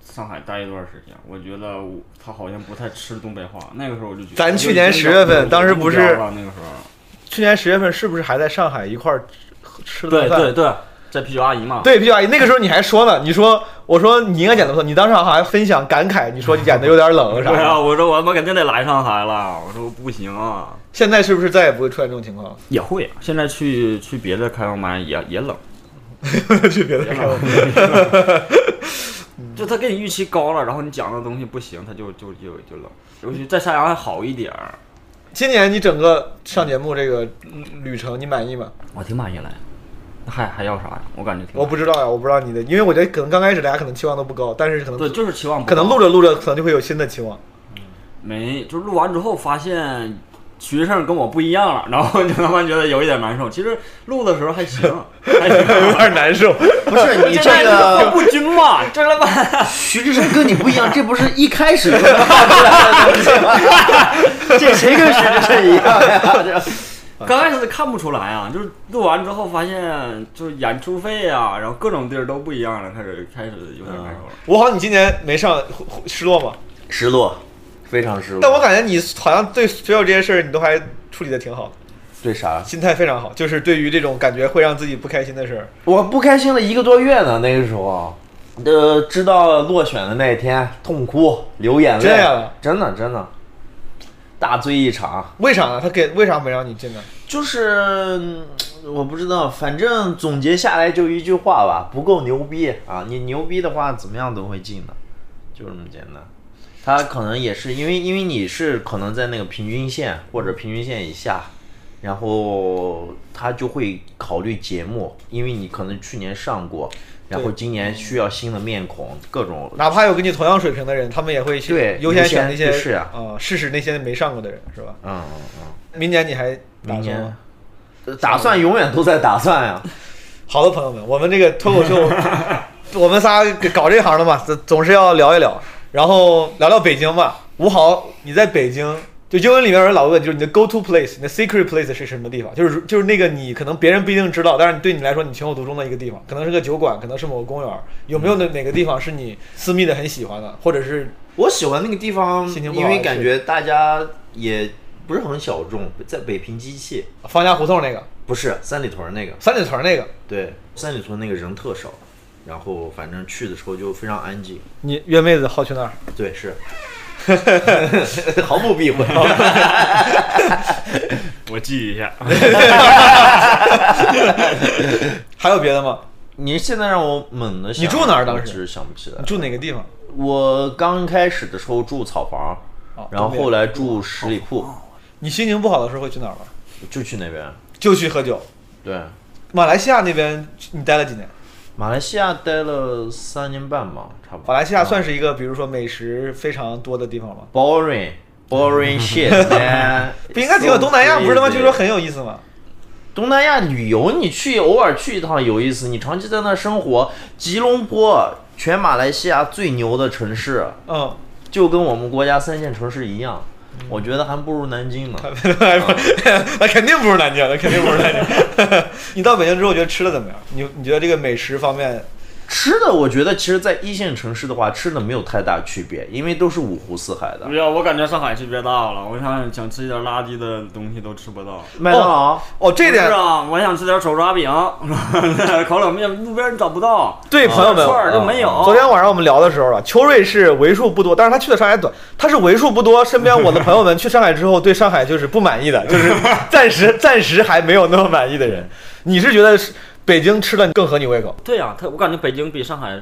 B: 上海待一段时间，我觉得我他好像不太吃东北话。那个时候我就觉得，
E: 咱
B: 我就
E: 去年
B: 已经
E: 10月份
B: 有有
E: 当时
B: 目
E: 不是
B: 标了那个时候，
E: 去年十月份是不是还在上海一块儿吃了
B: 对
E: 顿饭？
B: 对对，在啤酒阿姨嘛，
E: 对，皮啊球阿姨，那个时候你还说呢，你说我说你应该演的不错，你当时好像还分享感慨，你说你演的有点冷啥
B: 对 啊，
E: 的。
B: 我说我他妈肯定得来上海了，我说我不行啊，
E: 现在是不是再也不会出现这种情况了？
B: 也会啊，现在去去别的开放麦也也冷。
E: 去别的开放麦
B: 就他给你预期高了，然后你讲的东西不行，他就就就就冷。尤其在山羊还好一点儿，
E: 今年你整个上节目这个旅程，你满意吗？
B: 我挺满意了呀。那还还要啥呀？我感觉挺满意
E: 我不知道呀、我不知道你的，因为我觉得可能刚开始大家可能期望都不高，但是可
B: 对，
E: 能
B: 就是期望不
E: 可
B: 高
E: 能录着录着可能就会有新的期望。
B: 没，就录完之后发现徐胜跟我不一样了，然后就他妈觉得有一点难受。其实录的时候还行，还行。
E: 点难受，
A: 不是 你
B: 现
A: 这
B: 在
A: 个
B: 不均嘛，这他 妈
A: 徐志胜跟你不一样，这不是一开始就能看出来的东西吗？这谁跟徐志胜一样呀？ 这
B: 刚开始看不出来啊，就是录完之后发现，就是演出费啊，然后各种地儿都不一样了，开始开始有点难受了。
E: 我好像你今年没上，会会失落吗？
A: 失落，非常失落。
E: 但我感觉你好像对所有这些事儿你都还处理的挺好，
A: 对啥？
E: 心态非常好，就是对于这种感觉会让自己不开心的事儿，
A: 我不开心了一个多月呢，那个时候。呃，知道落选的那一天，痛哭流眼泪，
E: 这样啊
A: 真的真的，大醉一场。
E: 为啥呢？他给为啥没让你进呢？
A: 就是嗯我不知道，反正总结下来就一句话吧，不够牛逼啊！你牛逼的话，怎么样都会进的，就这么简单。他可能也是因为，因为你是可能在那个平均线或者平均线以下，然后他就会考虑节目，因为你可能去年上过，然后
E: 对
A: 今年需要新的面孔，各种
E: 哪怕有跟你同样水平的人，他们也会去
A: 对
E: 优
A: 优
E: 选
A: 先
E: 那些
A: 去试啊
E: 啊，试试那些没上过的人，是吧？
A: 嗯嗯嗯，
E: 明年你还打
A: 明
E: 算
A: 年
E: 吗？
A: 打算永远都在打算呀、
E: 好的，朋友们，我们这个脱口秀我们仨搞这行的嘛，总总是要聊一聊，然后聊聊北京吧。吴豪，你在北京，就英文里面有人老问，就是你的 go to place，你的 secret place 是什么地方？就是如就是那个你可能别人不一定知道，但是对你来说你情有独钟的一个地方，可能是个酒馆，可能是某个公园，有没有哪哪个地方是你私密的很喜欢的，或者是
A: 我喜欢那个地方
E: 心情，不好
A: 因为
E: 是
A: 感觉大家也不是很小众，在北平机器
E: 方家胡同那个、
A: 不是三里屯那个，
E: 三里屯那个？
A: 对，三里屯那个人特少，然后反正去的时候就非常安静，
E: 你约妹子好去那儿？
A: 对，是， 毫不避 讳。
B: 我记一下。
E: 还有别的吗？
A: 你现在让我猛的想，
E: 你住哪儿当时
A: 我只是想不起来
E: 你。住哪个地方？
A: 我刚开始的时候住草房，
E: 哦
A: 然后后来住十里铺，
E: 你心情不好的时候会去哪儿玩？
A: 就去那边。
E: 就去喝酒。
A: 对，
E: 马来西亚那边你待了几年？
A: 马来西亚待了三年半吧，差不多。
E: 马来西
B: 啊
E: 亚算是一个，比如说美食非常多的地方吗？。
A: boring boring shit man
E: 不应该挺有东南亚，不是他妈据说很有意思吗？
A: 东南亚旅游，你去偶尔去一趟有意思，你长期在那生活，吉隆坡全马来西亚最牛的城市，
B: 哦
E: 嗯，
A: 就跟我们国家三线城市一样，我觉得还不如南京 呢。
E: 那肯定不是南京，那肯定不是南京。 你到北京之后，觉得吃的怎么样？你你觉得这个美食方面，
A: 吃的，我觉得其实，在一线城市的话，吃的没有太大区别，因为都是五湖四海的
E: 哦
B: 不。哎要，我感觉上海区别大了，我想想吃一点垃圾的东西都吃不到。
A: 麦当劳、
E: 哦，这点
B: 不是啊，我想吃点手抓饼、 烤冷面，路边你找不到，啊
E: 对朋友们啊
B: 串。儿就没有。
E: 昨天晚上我们聊的时候啊，邱瑞是为数不多，但是他去的上海短，他是为数不多身边我的朋友们去上海之后对上海就是不 满意的，就是暂时暂时还没有那么满意的人。你是觉得是北京吃的更合你胃口？
B: 对啊呀、他我感觉北京比上海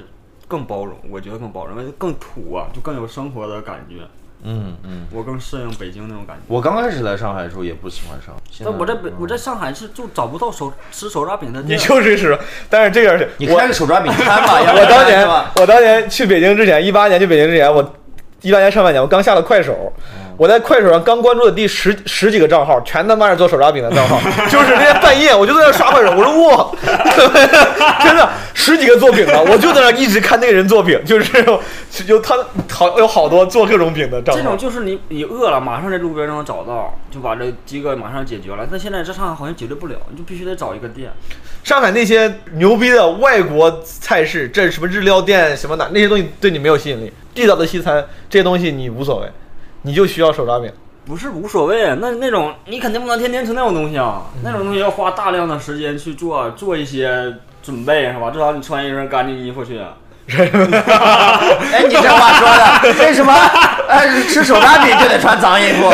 B: 更包容，我觉得更包容，更土啊，就更有生活的感觉。
A: 嗯嗯，
B: 我更适应北京那种感觉。
A: 我刚开始来上海的时候也不喜欢上海，现
B: 但我在北我在上海是就找不到手吃手抓饼的地
E: 你
B: 儿。
E: 就是是，但是这个是
A: 你
E: 我
A: 开个手抓饼摊吧，要不
E: 我
A: 然
E: 当年
A: 是吧
E: 我当年去北京之前，一八年去北京之前，我一八年上半年我刚下了快手，
A: 哦
E: 我在快手上刚关注的第十十几个账号，全他妈是做手抓饼的 账号，就是那天半夜我就在那刷快手，我说哇， 真的十几个做饼的，我就在那一直看那个人做饼，就是有他好有好多做各种饼的账
B: 这
E: 号
B: 种。就是你你饿了，马上在路边就能找到，就把这饥饿马上解决了。但现在在上海好像解决不了，你就必须得找一个店。
E: 上海那些牛逼的外国菜式，这什么日料店什么的那些东西对你没有吸引力，地道的西餐这些东西你无所谓，你就需要手抓饼。
A: 啊
B: 不是无所谓，那那种你肯定不能天天吃那种东西啊，
A: 嗯
B: 那种东西要花大量的时间去做做一些准备，是吧？至少你穿一身干净衣服去。
A: 哎，你这话说的，为 什么？哎，吃手抓饼就得穿脏衣服？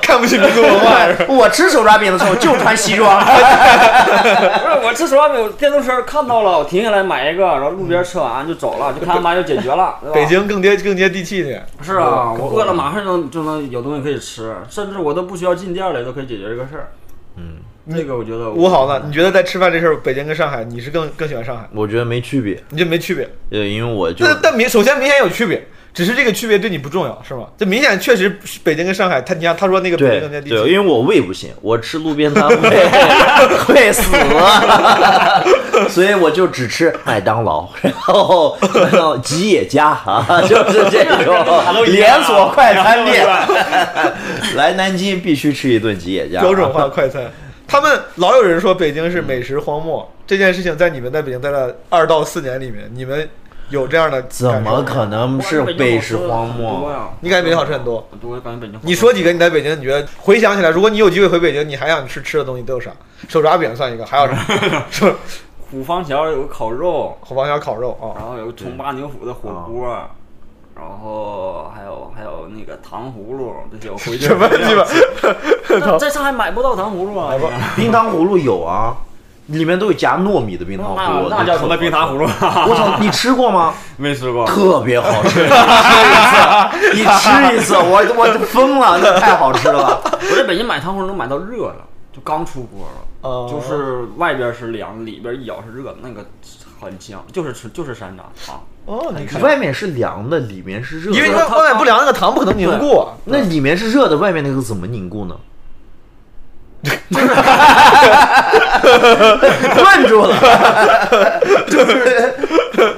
E: 看不起民族文化是吧？
A: 我吃手抓饼的时候就穿西 装。
B: 不是我吃手抓饼，电动车看到了，我停下来买一个，然后路边吃完就走了，就看他妈就解决了，对吧？
E: 北京更接更接地气一点。
B: 是啊，我饿了马上就能就能有东西可以吃，甚至我都不需要进店里都可以解决这个事儿。嗯，这个我觉得
E: 吴豪呢？你觉得在吃饭这事儿，北京跟上海，你是更更喜欢上海？
A: 我觉得没区别，
E: 你觉得没区别？
A: 呃，因为我就
E: 但但明首先明显有区别，只是这个区别对你不重要，是吗？这明显确实是北京跟上海，他你像他说那个北
A: 对
E: 京更接地
A: 对，因
E: 气。
A: 为我胃不行，我吃路边摊 会会死，所以我就只吃麦当劳， 然后然后吉野家啊， 就是这 种
E: 啊
A: 连锁快餐店。 来南京必须吃一顿吉野家，啊
E: 标准化快餐，他们老有人说北京是美食荒漠，这件事情在你们在北京待了二到四年里面，你们有这样的感受
A: 怎
E: 吗
A: 么？可能是北食荒漠？
E: 你感觉北京好吃很多？
B: 多，我感觉北京好吃
E: 你说几个你在北京，你觉得回想起来，如果你有机会回北京，你还想吃吃的东西都有啥？手抓饼算一个，还有啥？是吧
B: 虎坊桥有个烤肉，
E: 火王小烤肉 啊
B: 然，后有个重八牛府的火锅，然后还有还有那个糖葫芦这些，我回去
E: 什么 鸡巴？
B: 在在上海买不到糖葫芦啊！
A: 冰糖葫芦有啊，里面都有夹糯米的冰糖葫芦，
B: 那那叫什么冰糖葫芦？啊
A: 我操，你吃过 吗？
B: 没吃过。
A: 特别好吃，你吃一次，你吃一次， 我我就疯了，那太好吃了。
B: 我在北京买糖葫芦能买到热的，就刚出锅了，
E: 哦
B: 就是外边是凉，里边一咬是热的，那个很香，就是吃就是山楂啊 糖。
E: 哦，你看，
A: 外面是凉的，里面是热的，
E: 因为外外面不凉，那个糖不可能凝固啊。
A: 那里面是热的，外面那个怎么凝固呢？
F: 困住 了，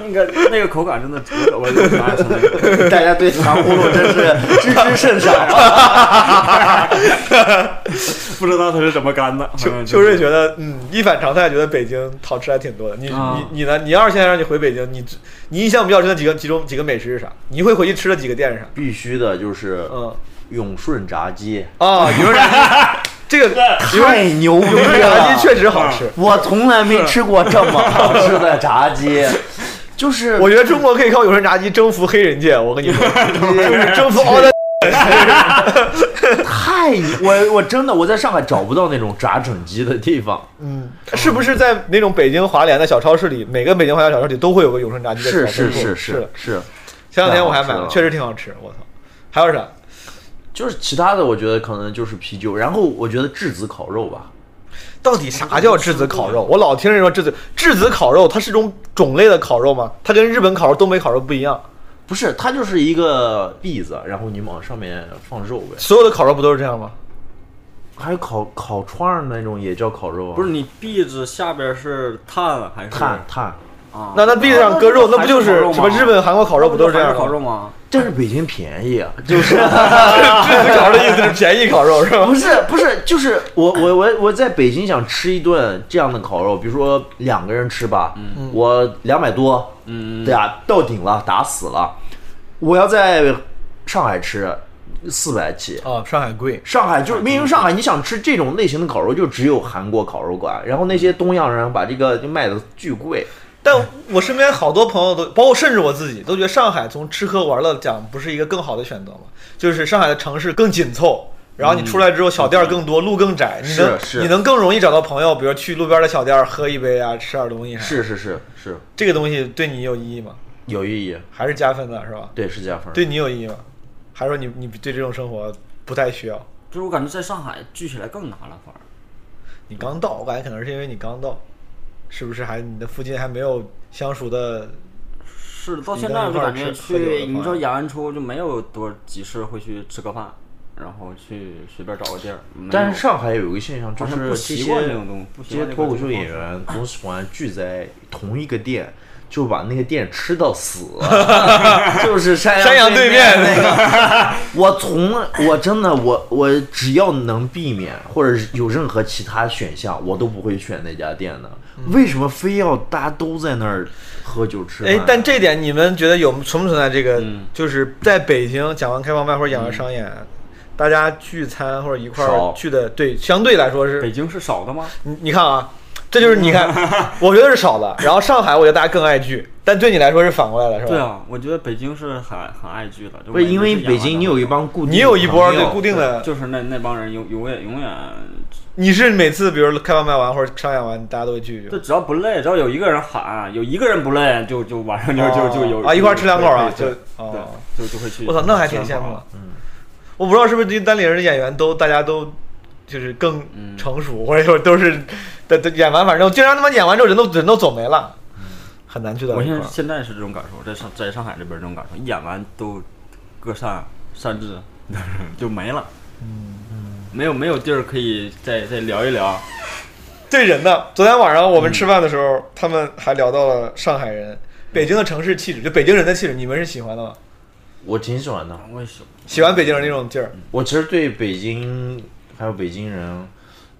B: 那个那个口感真的，我我我蛮爱吃那 个。
F: 大家对糖葫芦真是知之甚少啊。
B: 不知道它是怎么 干的。反正就
E: 秋
B: 是
E: 秋瑞觉得，嗯，一反常态，觉得北京好吃还挺多的。你、
B: 啊
E: 你你呢？你要是现在让你回北京，你你印象比较深的几个其中几个美食是啥？你会回去吃的几个店是啥？
A: 必须的就是
E: 嗯
A: 永顺炸鸡，
E: 啊， 牛肉炸鸡，这个
F: 太牛逼
E: 牛肉炸
F: 了
E: 鸡！确实好
A: 嗯
E: 吃。
F: 我从来没吃过这么好吃的炸 鸡，就是
E: 我觉得中国可以靠有人炸鸡征服黑人界，我跟你说，就是征服奥的。
F: 太
A: 我我真的我在上海找不到那种炸整鸡的地方，
E: 嗯，是不是在那种北京华联的小超市里，每个北京华联小超市里都会有个永顺炸鸡的
A: 是
E: 小
A: 是
E: 分部
A: 是啊
E: 是
A: 是。是，
E: 前两天我还买
A: 太好吃
E: 了，
A: 了
E: 确实挺好吃。我操，还有啥？
A: 就是其他的我觉得可能就是啤酒，然后我觉得质子烤肉吧，
E: 到底啥叫质子烤肉？我老听人说质子质子烤肉，它是种种类的烤肉吗？它跟日本烤肉、东北烤肉不一样，
A: 不是它就是一个篦子，然后你往上面放肉呗，
E: 所有的烤肉不都是这样吗？
A: 还有烤烤串儿那种也叫烤肉啊，
B: 不是你篦子下边是炭还是
A: 碳碳，
B: 啊？
E: 那那地上搁肉，那不就是
B: 还是烤肉吗
E: 什么日本、韩国烤肉不都是这
B: 那
E: 样
B: 不就韩式烤
E: 吗？
B: 肉吗？
A: 但是北京便宜 啊，就是。
E: 质子烤肉的意思是便宜烤肉是吧
A: 不？是不是，就是我我我我在北京想吃一顿这样的烤肉，比如说两个人吃吧，我两百多，
B: 嗯
A: 对啊，到顶了，打死了。我要在上海吃四百起，
E: 啊，上海贵，
A: 上海就是明明上海，你想吃这种类型的烤肉，就只有韩国烤肉馆，然后那些东洋人把这个就卖的巨贵。
E: 但我身边好多朋友都，包括甚至我自己，都觉得上海从吃喝玩乐讲不是一个更好的选择吗？就是上海的城市更紧凑，然后你出来之后小店儿更多，路更窄，你能
A: 嗯是是
E: 你能更容易找到朋友，比如去路边的小店儿喝一杯啊，吃点东西啥的。
A: 是是是是，
E: 这个东西对你有意义吗？
A: 有意义，
E: 还是加分的是吧？
A: 对是加分。
E: 对你有意义吗？还是说你你对这种生活不太需要？
B: 就是我感觉在上海聚起来更难了，反而。
E: 你刚到，我感觉可能是因为你刚到，是不是还你的附近还没有相熟的？
B: 是的，到
E: 你
B: 现
E: 在
B: 在
E: 那
B: 我就
E: 块儿
B: 感觉
E: 吃喝酒的
B: 去，你
E: 话
B: 知道延安出就没有多几次会去吃个饭，然后去随便找个地儿。没有
A: 但是上海有一个现象，就
B: 好像
A: 是
B: 不
A: 这
B: 习
A: 些
B: 惯这种东西不习
A: 这些
B: 惯
A: 脱口
B: 这
A: 秀
B: 个
A: 演
B: 方式
A: 员总喜欢聚在同一个店，就把那个店吃到死，就是山
E: 山羊对
A: 对
E: 面
A: 那个。 我从来，我真的我我只要能避免或者是有任何其他选项，我都不会选那家店的。为什么非要大家都在那儿喝酒吃饭
E: 哎
A: 呀？，
E: 但这点你们觉得有存不存在这个？
B: 嗯
E: 就是在北京讲完开放麦或者演完商演，大家聚餐或者一块儿
A: 少
E: 聚的，对，相对来说是
B: 北京是少的吗？
E: 你你看啊，这就是你看， 我觉得是少的。然后上海，我觉得大家更爱聚，但对你来说是反过来了，是吧？
B: 对啊，我觉得北京是很很爱聚的，就
A: 不是
B: 每次
A: 因为
B: 去
A: 北
B: 延安
A: 京
B: 的
A: 你有
B: 话
A: 一帮固定，
E: 你有一波对
A: 对
E: 固定的，
B: 就是那那帮人永永远永远，
E: 你是每次比如开放麦完或者商演完，大家都会聚一聚
B: 就。只要不累，只要有一个人喊，有一个人不累，就就晚上就
E: 哦
B: 就就有
E: 啊一块儿吃两口啊
B: 对
E: 就哦
B: 对，就就会去。
E: 我操，那还挺羡
B: 啊
E: 慕的。嗯，我不知道是不是对单立人的演员都大家都就是更
B: 嗯
E: 成熟，或者说都是的的演完，反正经常他妈演完之后人都人都走没了，很难去到
B: 嗯我
E: 一块
B: 现
E: 儿
B: 在。现在是这种感受，在上在上海这边这种感受，一演完都各散散至， 就没了。嗯没有没有地儿可以再再聊一聊。
E: 对人呢，昨天晚上我
B: 嗯
E: 们吃饭的时候，他们还聊到了上海人、北京的城市气质，就北京人的气质，你们是喜欢的吗？
A: 我挺喜欢的。
B: 我也喜欢
E: 喜欢北京人那种
B: 嗯
E: 劲儿，
A: 我其实对北京还有北京人，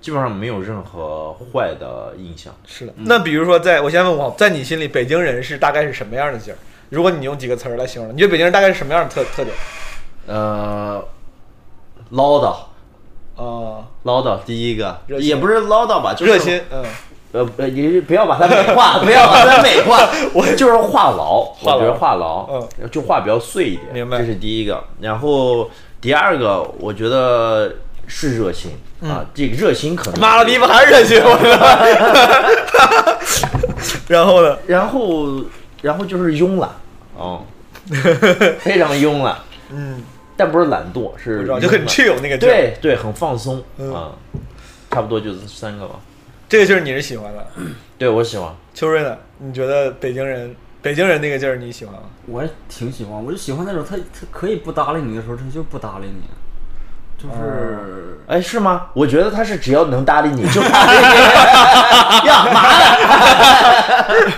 A: 基本上没有任何坏的印象。
E: 是
B: 嗯
E: 的。那比如说在，我先问我，在你心里，北京人是大概是什么样的劲儿？如果你用几个词儿来形容，你觉得北京人大概是什么样的特特点？
A: 呃，唠叨，
E: 啊、
A: 唠叨，第一个
E: 热心
A: 也不是唠叨吧，就是
E: 热心，，嗯，
A: 呃，呃你不要把它美化，不要把它美化，我就是话痨，我
E: 痨
A: 觉得话痨，
E: 嗯，
A: 就话比较碎一点，
E: 明白
A: 这是第一个。然后第二个，我觉得是热心
E: 嗯
A: 啊，这个热心可能
E: 妈了逼吧，还 是热心，我操！然后呢？
A: 然后然后就是慵懒， 哦，非常慵懒，
E: 嗯，
A: 但不是懒惰，是
E: 不知道就很
A: 慵懒
E: chill 那个劲儿。，
A: 对对，很放松
E: 嗯
A: 啊，差不多就是三个吧。
E: 这个劲儿你是喜欢的。
A: 对我喜欢，
E: 秋瑞呢？你觉得北京人，北京人那个劲儿你喜欢吗？
B: 我也挺喜欢，我就喜欢那种他他可以不搭理你的时候，他就不搭理你，就是
A: 哎，是吗？我觉得他是只要能搭理你就搭 理你，呀妈的！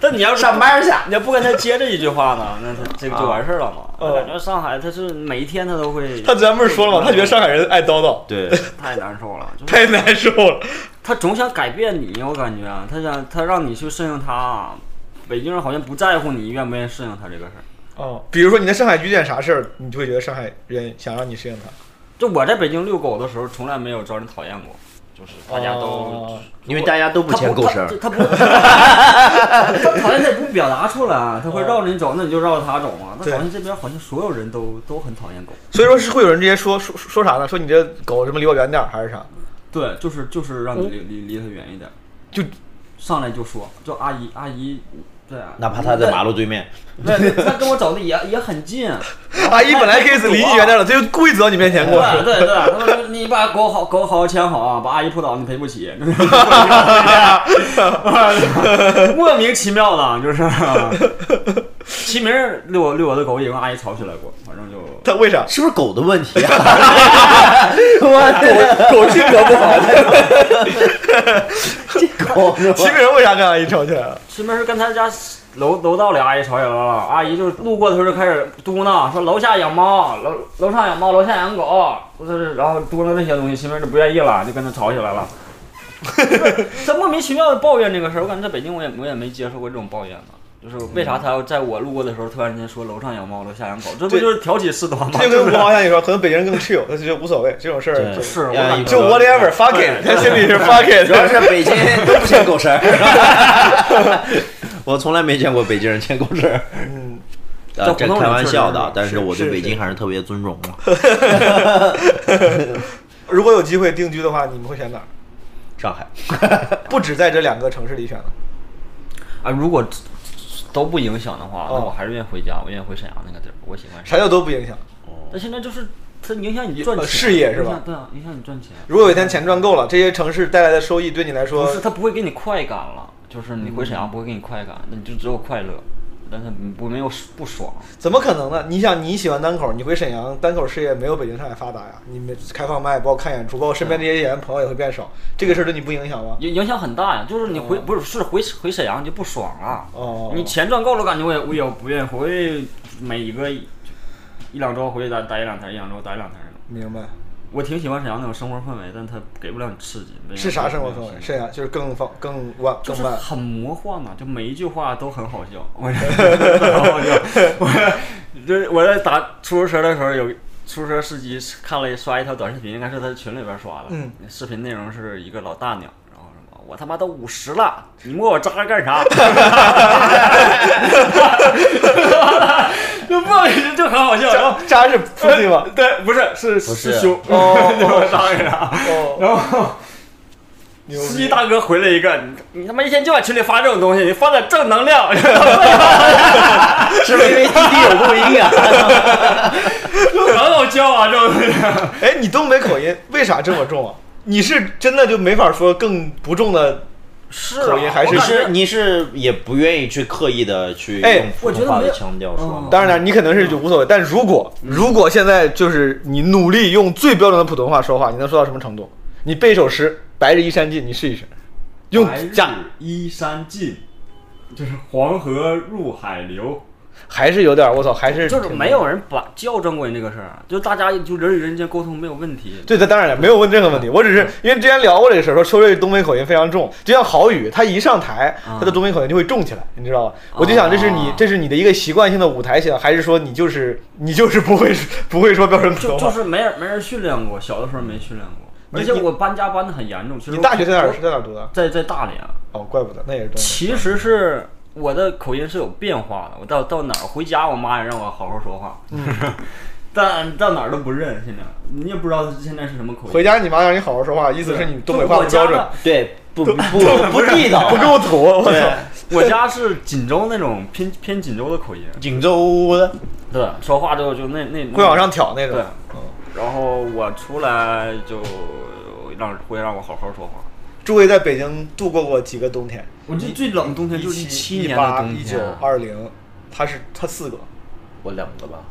B: 但你要是
A: 上班去。
B: 你要不跟他接这一句话呢，那 他这个就完事儿了
A: 啊
B: 嘛。我感觉上海他是每一天他都会，
E: 他咱们说了嘛，他觉得上海人爱叨叨，
A: 对，
B: 太难受了，就是
E: 太难受了。
B: 他总想改变你，我感觉啊他想他让你去适应他。北京人好像不在乎你愿不愿意适应他这个事儿。
E: 哦，比如说你在上海遇见啥事儿，你就会觉得上海人想让你适应他。
B: 就我在北京遛狗的时候，从来没有招人讨厌过，就是大家都、
E: 哦
A: 因为大家都不
B: 他
A: 嫌
B: 不
A: 狗声
B: 他，他不， 他讨厌他也不表达出来，啊他会绕着你走，那你就绕着他走嘛。那
E: 对
B: 好像这边好像所有人都都很讨厌狗，
E: 所以说是会有人直接说说说啥呢？说你这狗什么离我远点儿还是啥？
B: 对，就是就是让你离离离他远一点，
E: 就
B: 上来就说，就阿姨阿姨，对啊，
A: 哪怕他在马路对面。
B: 对，他跟我走的也也很近，
E: 阿姨本来可以离你远点儿了，他就故意走到你面前过
B: 对
E: 去。
B: 对对，他说你把狗好狗好好牵好啊，把阿姨扑倒你赔不起， 莫名其妙的，啊就是。 齐明儿遛我遛我的狗也跟阿姨吵起来过，反正就
E: 他为啥？
A: 是不是狗的问题啊？ 我
E: 狗性格不好，
A: 狗狗
E: 西北人为啥跟阿姨吵起来了？
B: 齐明儿跟他家楼楼道里阿姨吵起来了，阿姨就路过的时候就开始嘟囔说楼下养猫，楼楼上养猫，楼下养狗，就是然后嘟囔这些东西，齐明儿就不愿意了，就跟他吵起来 了。他莫名其妙的抱怨这个事儿，我感觉在北京我也我也没接受过这种抱怨吧。就是为啥他要在我路过的时候突然间说楼上养猫，楼下养狗，这不
E: 嗯对
B: 就是挑起事端吗？
E: 这就
B: 就
E: 跟吴
B: 是
E: 航像你说，可能北京人更 chill，他就觉得无所谓这种事儿
A: 对
E: 就，
B: 是我
A: 呀
B: 感
A: 嗯一
B: 觉
E: 就 whatever fuck it，他心里 是 fuck
A: 主要
E: it。
A: 是北京都不嫌狗声儿， 我从来没见过北京人嫌狗声儿。
E: 嗯，
A: 啊，这开玩笑的，但
E: 是
A: 是我对
E: 是
A: 北
E: 是
A: 京还是特别尊重的。
E: 如果有机会定居的话，你们会选哪儿？
A: 上海，
E: 不止在这两个城市里选了，
B: 啊，如果都不影响的话，那
E: 哦
B: 我还是愿意回家，我愿意回沈阳那个地儿，我喜欢沈阳。
E: 啥叫都不影响。
B: 但现在就是它影响你赚钱、
E: 呃事业是吧
B: 影响对啊，影响你赚钱。
E: 如果有一天钱赚够了，这些城市带来的收益对你来
B: 不
E: 说，
B: 是，它不会给你快感了，就是你回沈
E: 嗯
B: 阳不会给你快感，那你就只有快乐，但是不没有不爽。
E: 怎么可能呢？你想你喜欢单口，你回沈阳，单口事业没有北京、上海发达呀。你们开放麦，包括看演出，包括身边这些演员朋友也会变少，这个事儿对你不影响吗？
B: 影影响很大呀，就是你回、不是是回回沈阳你就不爽了。
E: 哦
B: 你钱赚够了，感觉我也我也不愿意回，每一个一一两周回去待待一两天，一两周待一两天那种。
E: 明白。
B: 我挺喜欢沈阳那种生活氛围，但它给不了你刺激。没有
E: 是啥生活
B: 没有
E: 氛
B: 刺
E: 围？
B: 激
E: 沈阳就是更放、更晚、
B: 就
E: 更
B: 是
E: 慢。
B: 很魔幻嘛，就每一句话都很好 笑，我觉得很好笑。我就是我在打出租车的时候，有出租车司机看了刷一条短视频，应该是他群里边刷的。
E: 嗯，
B: 视频内容是一个老大娘，然后什么我他妈都五十了，你摸我渣儿干 啥？就莫名就很好笑，然后
E: 渣是 pussy 吗？
B: 对，不是是
A: 不是
B: 是胸，哦，渣儿干啥？然后。
E: 牛
B: 司
E: 逼
B: 机！大哥回了一个，你你他妈一天就往群里发这种东西，你发点正能量，很
A: 是不是因为滴滴有录音 啊？
B: 好笑啊，这种东西。
E: 哎，你东北口音为啥这么重啊？你是真的就没法说更不重的？
B: 是
E: 口音还是
A: 你
B: 我感觉
A: 是你是也不愿意去刻意的去
E: 哎
A: 用普通话
B: 我觉得没
A: 的
B: 有嗯
A: 腔调说吗？
E: 当然
B: 哦
E: 了，你可能是就无所谓。但如果如果现在就是你努力用最标准的普通话说话，你能说到什么程度？你背一首诗《白日依山尽》，你试一试，用
B: 白日
E: 假
B: 依山尽，就是黄河入海流，
E: 还是有点儿我操，还是
B: 就是
E: 挺
B: 没有人把校正过你这个事儿，啊就大家就人与人之间沟通没有问题。
E: 对，这当然了，没有问任何问题。我只是
B: 嗯
E: 因为之前聊过这个事儿，说秋瑞东北口音非常重，就像郝宇，他一上台，
B: 嗯
E: 他的东北口音就会重起来，你知道吧？我就想，这是你
B: 哦
E: 这是你的一个习惯性的舞台型，还是说你就是你就是不会不会说标准普啊
B: 就
E: 通
B: 就
E: 话？
B: 是没人没人训练过，小的时候没训练过，
E: 你
B: 而且
E: 你
B: 我搬家搬的很严重。其实
E: 你
B: 我
E: 大学在哪儿
B: 我
E: 是在哪儿读的？
B: 在在大连。
E: 哦，怪不得，那也是东北。
B: 其实是我的口音是有变化的，我到到哪儿回家，我妈也让我好好说话，
E: 嗯
B: 但到哪儿都不认。现在你也不知道现在是什么口音。
E: 回家你妈让你好好说话，意思是你 东北话
B: 就我
E: 不标
B: 家
E: 准，
B: 的，
A: 对，不不 不地道，啊
E: 不 够土。我操！
B: 我家是锦州那种偏偏锦州的口音，
A: 锦州的，
B: 对，说话就就那那
E: 会往上挑那种
B: 对。
E: 嗯
B: 然后我出来就让会让我好好说话。
E: 诸位在北京度过过几个冬天？
B: 我记得最冷的冬天就是
E: 一
B: 七
E: 一
B: 年的
E: 八、
B: 冬
E: 一九
B: 天，、
E: 二零，他是他四个。
A: 我冷了吧？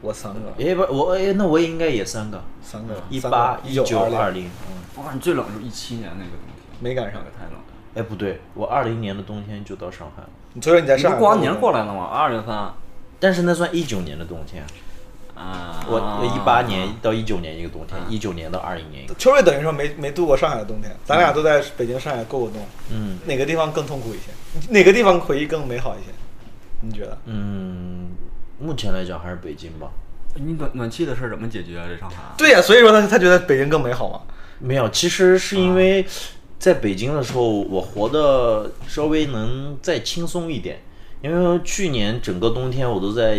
E: 我三个，
A: 哎不，我哎那我也应该也三个，
E: 三个，
A: 一
E: 三
A: 八
E: 个、
A: 一
E: 九、
A: 九、二
E: 零，
A: 零。
B: 我感觉最冷是一七年那个冬天，
E: 没赶上
B: 那个。太冷了。
A: 哎不对，我二零年的冬天就到上海了，
E: 你所以说你在
B: 你
E: 上海
B: 不过完
E: 过
B: 年过来了吗？二月份啊，
A: 但是那算一九年的冬天，啊
E: 啊
A: 我呃
B: 我
A: 一八
B: 啊
A: 年到一九年一个冬天，
E: 嗯
A: 一九年到二零年一个。
E: 秋瑞等于说没没度过上海的冬天，咱俩都在北京、上海过过冬，
A: 嗯
E: 哪个地方更痛苦一些？哪个地方回忆更美好一些？你觉得？
A: 嗯，目前来讲还是北京吧。
B: 你暖暖气的事儿怎么解决啊？这上海
E: 对呀、所以说他他觉得北京更美好嘛。
A: 没有，其实是因为
E: 啊
A: 在北京的时候，我活得稍微能再轻松一点，因为去年整个冬天我都在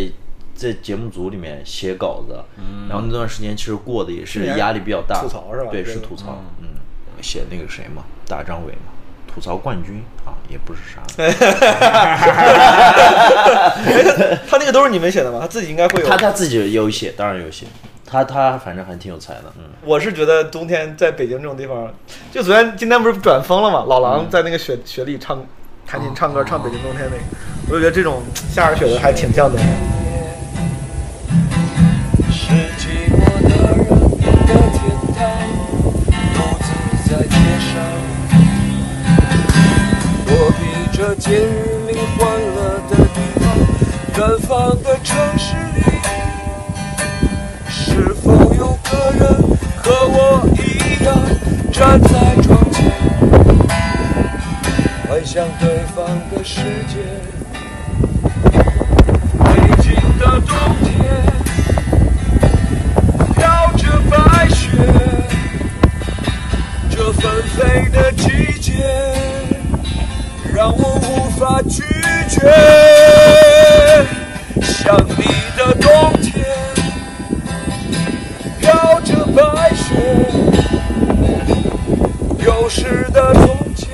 A: 在节目组里面写稿子，然后那段时间其实过得也是压力比较大，
E: 嗯吐槽是吧
A: 对，
E: 觉
A: 是
E: 得
A: 吐槽，嗯，写那个谁嘛，大张伟嘛。吐槽冠军啊，也不是啥，
E: 他那个都是你们写的吗？他自己应该会有。
A: 他他自己也有写，当然有写，他他反正还挺有才的，嗯，
E: 我是觉得冬天在北京这种地方，就昨天今天不是转风了嘛，老狼在那个雪雪里唱弹琴唱歌唱北京冬天那个，我就觉得这种下着雪的还挺像的。
C: 是寂寞的人的天堂，独自在街上。我披着今日里欢乐的地方，远方的城市里，是否有个人和我一样站在窗前，幻想对方的世界？北京的冬天。飘着白雪，这纷飞的季节让我无法拒绝。想你的冬天，飘着白雪，丢失的从前，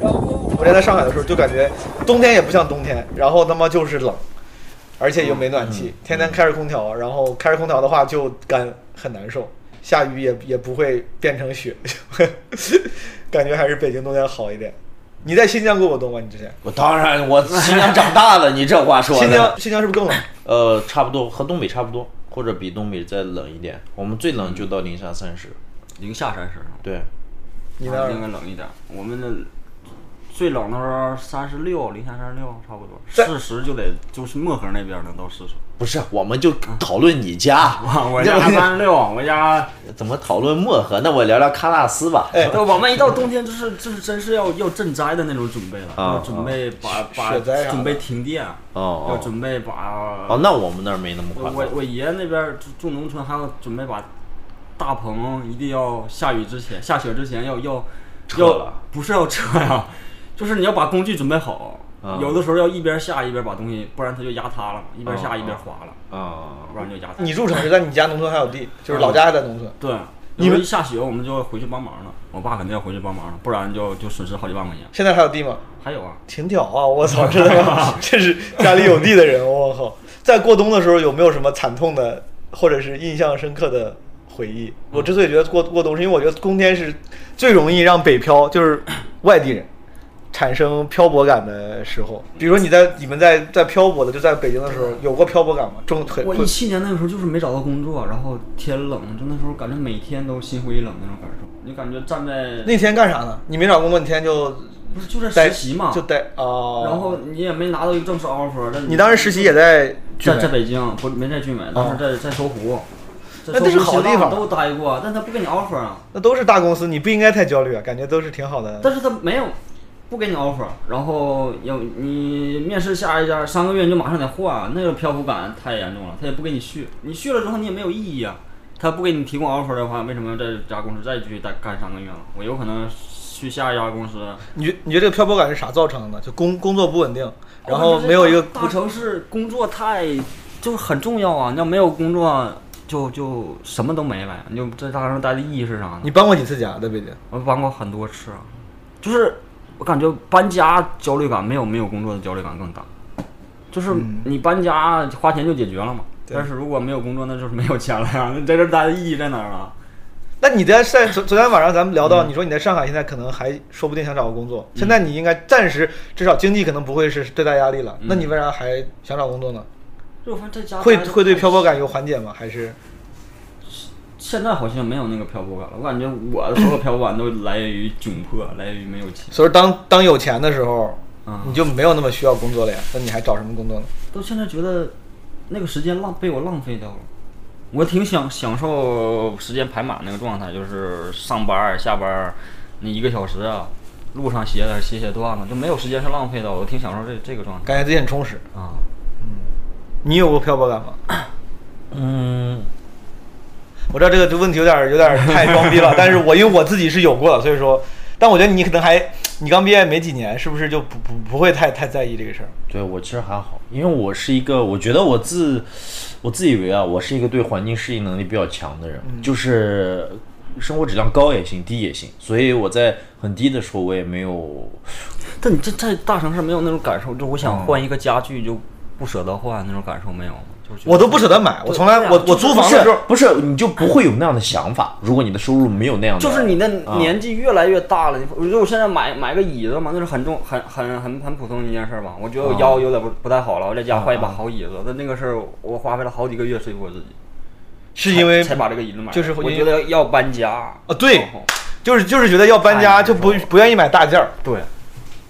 C: 让我
E: 我之前在上海的时候就感觉冬天也不像冬天，然后他妈就是冷，而且又没暖气，天天开着空调，然后开着空调的话就干很难受，下雨也也不会变成雪， 感觉还是北京冬天好一点。你在新疆过过冬吗？你之前
A: 我当然我新疆长大了，你这话说的，
E: 新疆新疆是不是更冷？
A: 呃，差不多和东北差不多，或者比东北再冷一点。我们最冷就到零下三十。
B: 零下三十，
A: 对，
E: 你那
B: 啊
E: 儿
B: 应该冷一点。我们的最冷的时候三十六，零下三十六差不多，
E: 在
B: 四十就得就是漠河那边能到 四十。
A: 不是，我们就讨论你家，
B: 我家三十六，我 家
A: 怎么讨论漠河？那我聊聊喀纳斯吧。
E: 哎
B: 对，我们一到冬天就是就是真是要要赈灾的那种准备了，
A: 啊
B: 要准备把把
E: 雪灾啥的
B: 准备停电，
A: 哦
B: 要
A: 哦
B: 准备把
A: 哦，那我们那儿没那么
B: 我
A: 夸
B: 我
A: 张。
B: 我爷那边儿住住农村，还要准备把大棚一定要下雨之前、下雪之前要要要
A: 了
B: 不是要撤呀，就是你要把工具准备好。
A: 啊
B: 有的时候要一边下一边把东西，不然它就压塌了嘛，一
E: 哦
B: 边下一边滑了，
A: 啊、
B: 不然就压塌。
E: 你住城市，但你家农村还有地，就是老家还在农村。
B: 对，
E: 你
B: 因
E: 们
B: 为一下雪我们就要回去帮忙了，我爸肯定要回去帮忙了，不然就就损失好几万块钱。
E: 现在还有地吗？
B: 还有啊，
E: 挺屌啊！我操，真的吗？这是家里有地的人，我靠！在过冬的时候有没有什么惨痛的或者是印象深刻的回忆？我之所以觉得过过冬，是因为我觉得冬天是最容易让北漂，就是外地人产生漂泊感的时候。比如说你在你们在在漂泊的，就在北京的时候，有过漂泊感吗？中很
B: 啊我
E: 会
B: 一七年那个时候就是没找到工作，然后天冷，就那时候感觉每天都心灰意冷那种感受，你就感觉站在
E: 那天干啥呢？你没找工作，你天天就
B: 不是就在
E: 待
B: 实习嘛，
E: 就待哦。
B: 然后你也没拿到一个正式 offer，但
E: 你当时实习也在聚
B: 在
E: 美哦
B: 在北京，不是没在聚美，当时在在搜狐，在
E: 那这是
B: 搜狐
E: 好地
B: 新浪
E: 方
B: 都待过，但他不给你 offer 啊，
E: 那都是大公司，你不应该太焦虑啊，感觉都是挺好的。
B: 但是他没有不给你 offer，然后有你面试下一家三个月你就马上得换，啊那个漂浮感太严重了，他也不给你续，你续了之后你也没有意义啊，他不给你提供 offer 的话，为什么要在这家公司再继续待干三个月呢？我有可能去下一家公司。
E: 你觉你觉得这个漂泊感是啥造成的？就工工作不稳定，然
B: 我
E: 后
B: 感觉
E: 没有一个
B: 大大城市工作太就是很重要啊！你要没有工作，就就什么都没了。你就在大城市待的意义是啥呢？
E: 你搬过几次家在北京？
B: 我搬过很多次啊，就是我感觉搬家焦虑感没有没有工作的焦虑感更大。就是你搬家花钱就解决了嘛，
E: 嗯对
B: 但是如果没有工作，那就是没有钱了呀。那在这儿待的意义在哪儿啊？
E: 那你在在昨昨天晚上咱们聊到，你说你在上海现在可能还说不定想找个工作，现在你应该暂时至少经济可能不会是最大压力了，那你为啥还想找工作呢？
B: 就我发现在家
E: 会
B: 待着
E: 会对
B: 太
E: 漂泊感有缓解吗？还是
B: 现在好像没有那个漂泊感了，我感觉我的所有漂泊感都来源于窘迫，来源于没有钱。
E: 所以当当有钱的时候，
B: 嗯
E: 你就没有那么需要工作了呀？那你还找什么工作呢？
B: 都现在觉得那个时间浪被我浪费掉了。我挺享享受时间排满那个状态，就是上班儿下班儿那一个小时啊，路上写点写写段子，就没有时间是浪费的。我挺享受这这个状态
E: 感觉自己很充实。
B: 啊。
E: 你有过漂泊感吗？
J: 嗯，
E: 我知道这个问题有点有点太装逼了，但 是我因为我自己是有过的，所以说，但我觉得你可能还你刚毕业没几年，是不是就不不不会太太在意这个事儿？
A: 对我其实还好，因为我是一个，我觉得我自我自以为啊，我是一个对环境适应能力比较强的人，
E: 嗯
A: 就是生活质量高也行，低也行，所以我在很低的时候我也没有，
B: 但你这在大城市没有那种感受，就我想换一个家具就不舍得换那种感受没有吗？就是觉得
E: 我都不舍得买，我从来我我租房
A: 不
E: 的时
A: 是
E: 候，
A: 不是你就不会有那样的想法，如果你的收入没有那样的，
B: 就是你的
A: 啊
B: 年纪越来越大了，你我觉得我现在买买个椅子嘛，那是很重、很很很很普通的一件事儿吧。我觉
A: 啊
B: 得我腰有点不不太好了，我在家换一把好椅子，但那个事儿我花费了好几个月说服我自己，
E: 是因
A: 哎
E: 为
B: 才才把这个椅子买了。
E: 就是
B: 我
E: 因为
B: 觉得要搬家
A: 哦
E: 啊对
B: 然后
E: 就是就是觉得要搬家
B: 哎
E: 就不不愿意买大件儿。
B: 对，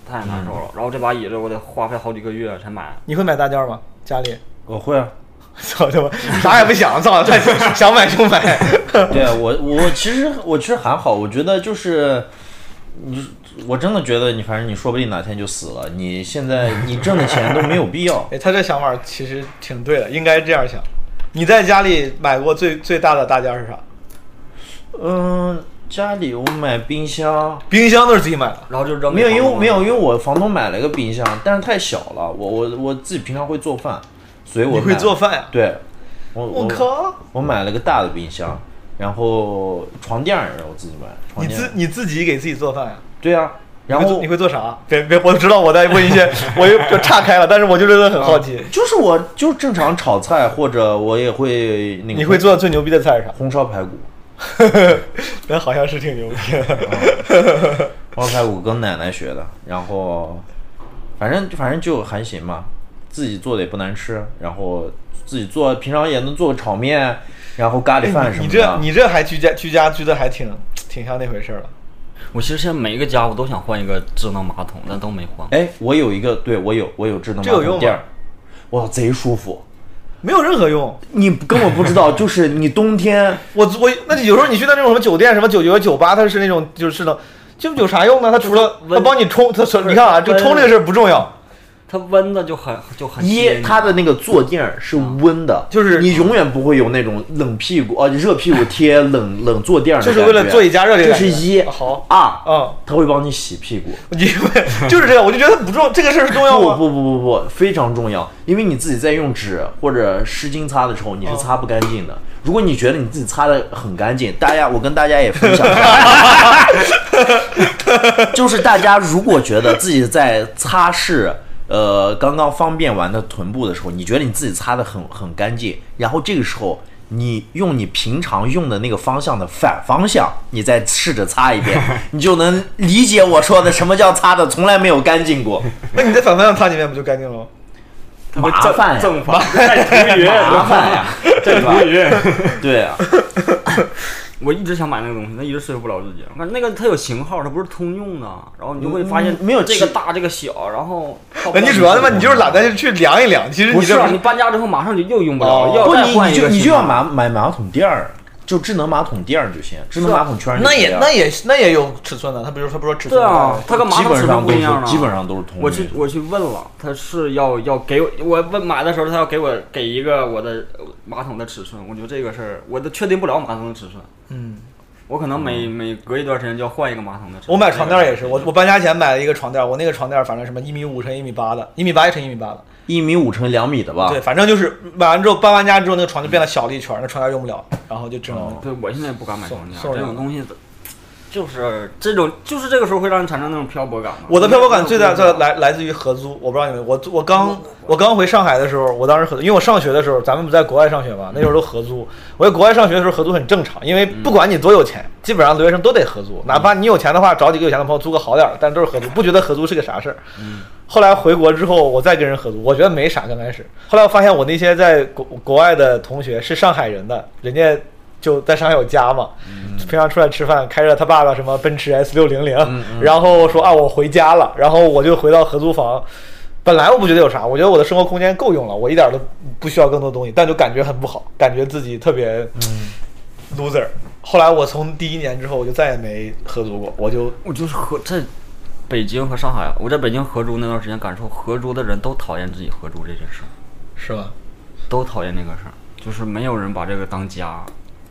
B: 太难受了。
A: 嗯
B: 然后这把椅子我得花费好几个月才买，
E: 你会买大件儿吗？家里？
A: 我会啊，
E: 操他妈，啥也不想，操，太想买 就买。
A: 对啊我我其实我其实还好，我觉得就是你。我真的觉得你，反正你说不定哪天就死了。你现在你挣的钱都没有必 要，
E: 哎，他这想法其实挺对的，应该这样想。你在家里买过最最大的大件儿是啥？
A: 嗯，家里我买冰箱，
E: 冰箱都是自己买的。
B: 然后就扔给
A: 没有，因
B: 朋友
A: 为
B: 了
A: 没有，因为我房东买了一个冰箱，但是太小了，我我我自己平常会做饭，所以我
E: 你会
A: 买了
E: 做饭呀
A: 对，我我
E: 我靠！
A: 我买了个大的冰箱，然后床垫儿也是我自己买，床
E: 哦你
A: 垫
E: 自
A: 儿
E: 你自己给自己做饭呀、
A: 对啊，然
E: 你会
A: 后
E: 做你会做啥？别别，我知道我在问一 些，我又就岔开了，但是我就真的很好奇，
A: 就是我就正常炒菜，或者我也会那个
E: 你会做的最牛逼的菜是啥？
A: 红烧排骨，
E: 那好像是挺牛 逼的。
A: 红烧排骨跟奶奶学的，然后反正反正就还行吧，自己做的也不难吃，然后自己做平常也能做个炒面，然后咖喱饭什
E: 哎你
A: 么
E: 这
A: 的。
E: 你这还居家居家居的还挺挺像那回事儿了。
B: 我其实现在每一个家我都想换一个智能马桶，但都没换。
A: 哎，我有一个，对我有我有智能
E: 这
A: 马
E: 有用吗
A: 桶垫儿，哇，贼舒服。
E: 没有任何用，
A: 你根本不知道，就是你冬天
E: 我我那有时候你去到那种什么酒店、什么酒酒酒吧，它是那种就是的，就有啥用呢？它除了它
B: 温
E: 帮你冲，它说你看啊，
B: 不是
E: 就冲这个事儿不重要，
B: 它温的就很 就很
A: 一
B: 吸引你
A: 它的那个坐垫儿是温的，
E: 就是
A: 你永远不会有那种冷屁股啊、热屁股贴冷冷坐垫儿的
E: 就
A: 感觉，
E: 是为了座椅加热这个
A: 这
E: 感觉。
A: 是一
E: 好，
A: 二
E: 嗯，
A: 它会帮你洗屁股。
E: 你 就是这样，我就觉得不重，这个事儿是重要
A: 不
E: 吗？
A: 不不不不，非常重要，因为你自己在用纸或者湿巾擦的时候，你
E: 嗯
A: 是擦不干净的。如果你觉得你自己擦的很干净，大家我跟大家也分享一下， 就是大家如果觉得自己在擦拭。呃，刚刚方便完的臀部的时候，你觉得你自己擦的很很干净，然后这个时候你用你平常用的那个方向的反方向，你再试着擦一遍，你就能理解我说的什么叫擦的从来没有干净过。
E: 那你在反方向擦几遍不就干净了吗？
A: 麻烦呀，
B: 正法在图云，
A: 麻烦呀，
B: 在图云。
A: 对啊，
B: 我一直想买那个东西，但一直说服不了自己。我感觉那个它有型号，它不是通用的，然后你就会发现
A: 嗯没有
B: 这个
A: 其
B: 大这个小，然后到
E: 那你主要他妈你就是懒得去量一量，其实
B: 不
E: 你
B: 是
E: 这
B: 啊你搬家之后马上就又用不了
E: 哦
B: 了，要
A: 不
B: 再
A: 你
B: 换
A: 你
B: 一
A: 就
B: 个
A: 你
B: 型
A: 就要
B: 号
A: 买买马桶垫儿，就智能马桶垫儿就行，智
B: 啊
A: 能马桶圈儿就
E: 那也
A: 行
E: 那也那也有尺寸的，他比如他不说尺寸
B: 对
E: 的
B: 啊，它跟马
A: 基
B: 桶
A: 本
B: 尺
A: 上都
B: 寸不
A: 是
B: 一样啊，
A: 基本上都是嗯同
B: 我
A: 一
B: 去我去问了，他是要要给我我问买的时候，他要给我给一个我的呃马桶的尺寸，我觉得这个事儿我都确定不了马桶的尺寸。嗯，我可能
A: 嗯
B: 每每隔一段时间就要换一个马桶的尺寸。
E: 我买床垫儿也是，我我搬家前买了一个床垫儿，我那个床垫儿反正什么一米五乘一米八的，一米八乘一米八的，
A: 一米五乘两米的吧
E: 对，，反正就是买完之后搬完家之后，那个床就变得小了一圈儿，那床垫儿用不了，然后就只能
B: 对，我现在也不敢买床垫儿，
E: 送
B: 这
E: 人
B: 种东西的，就是这种，就是这个时候会让你产生那种漂泊感嘛。
E: 我的漂泊感最大
B: 这
E: 最大来来自于合租，我不知道你们，我我刚我刚回上海的时候，我当时合租，因为我上学的时候，咱们不在国外上学嘛，那时候都合租。我在国外上学的时候合租很正常，因为不管你多有钱，基本上留学嗯生都得合租，哪怕你有钱的话，找几个有钱的朋友租个好点儿的，但都是合租，不觉得合租是个啥事儿。
D: 后来回国之后，我再跟人合租，我觉得没啥。刚开始，后来我发现我那些在国国外的同学是上海人的，人家就在上海有家嘛，平常出来吃饭，开着他爸爸什么奔驰 S 六零零，然后说啊我回家了，然后我就回到合租房。本来我不觉得有啥，我觉得我的生活空间够用了，我一点都不需要更多东西，但就感觉很不好，感觉自己特别 loser。后来我从第一年之后，我就再也没合租过，我就
B: 我就是合在北京和上海，我在北京合租那段时间，感受合租的人都讨厌自己合租这件事儿，
D: 是吧？
B: 都讨厌这个事儿，就是没有人把这个当家。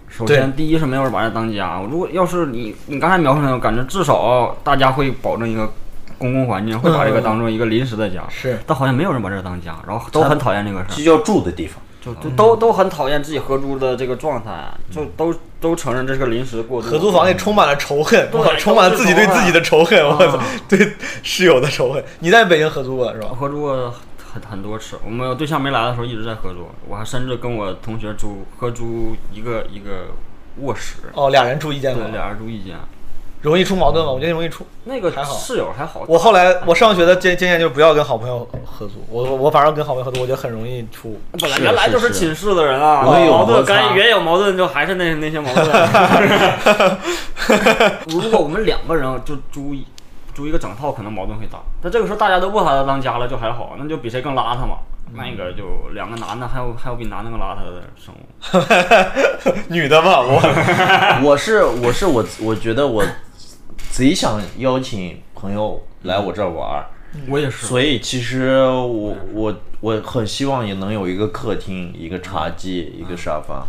B: 首
D: 对
B: 先，第一是没有人把这当家。如果要是你，你刚才描述那种感觉，至少大家会保证一个公共环境，会把这
E: 嗯
B: 个当做一个临时的家。
D: 是
B: 但好像没有人把这个当家，然后都很讨厌这个事儿。
A: 这叫住的 地方。
B: 就
D: 嗯
B: 都都都很讨厌自己合租的这个状态，啊就都都承认这是个临时过渡。
D: 嗯合租房里充满了仇恨，
B: 对
D: 我操，充满了自己对自己的仇恨，我操
B: 啊，
D: 对室友的仇恨。你在北京合租过是吧？
B: 合租过啊很很多次，我们有对象没来的时候一直在合租，我还甚至跟我同学租合租一个一个卧室，
D: 哦，俩人住一间
B: 对，
D: 房，
B: 俩人住一间。
D: 容易出矛盾吗？我觉得容易出。
B: 那个
D: 还好
B: 室友还好，
D: 我后来我上学的经经验就是不要跟好朋友合租，我我我反正跟好朋友合租，我觉得很容易出。
B: 本来原来就是寝室的人啊，
A: 容易有
B: 矛盾
A: 摩擦
B: 该原有矛盾就还是那那些矛盾。啊如果我们两个人啊就租一租一个整套，可能矛盾会大。但这个时候大家都不把他当家了，就还好，啊那就比谁更邋遢嘛。那个就两个男的，还有还有比男的更邋遢的生物。
D: 女的嘛，我
A: 我是我是我，我觉得我贼想邀请朋友来我这儿玩儿，
B: 我也是，
A: 所以其实我我我很希望也能有一个客厅、一个茶几、一个沙发。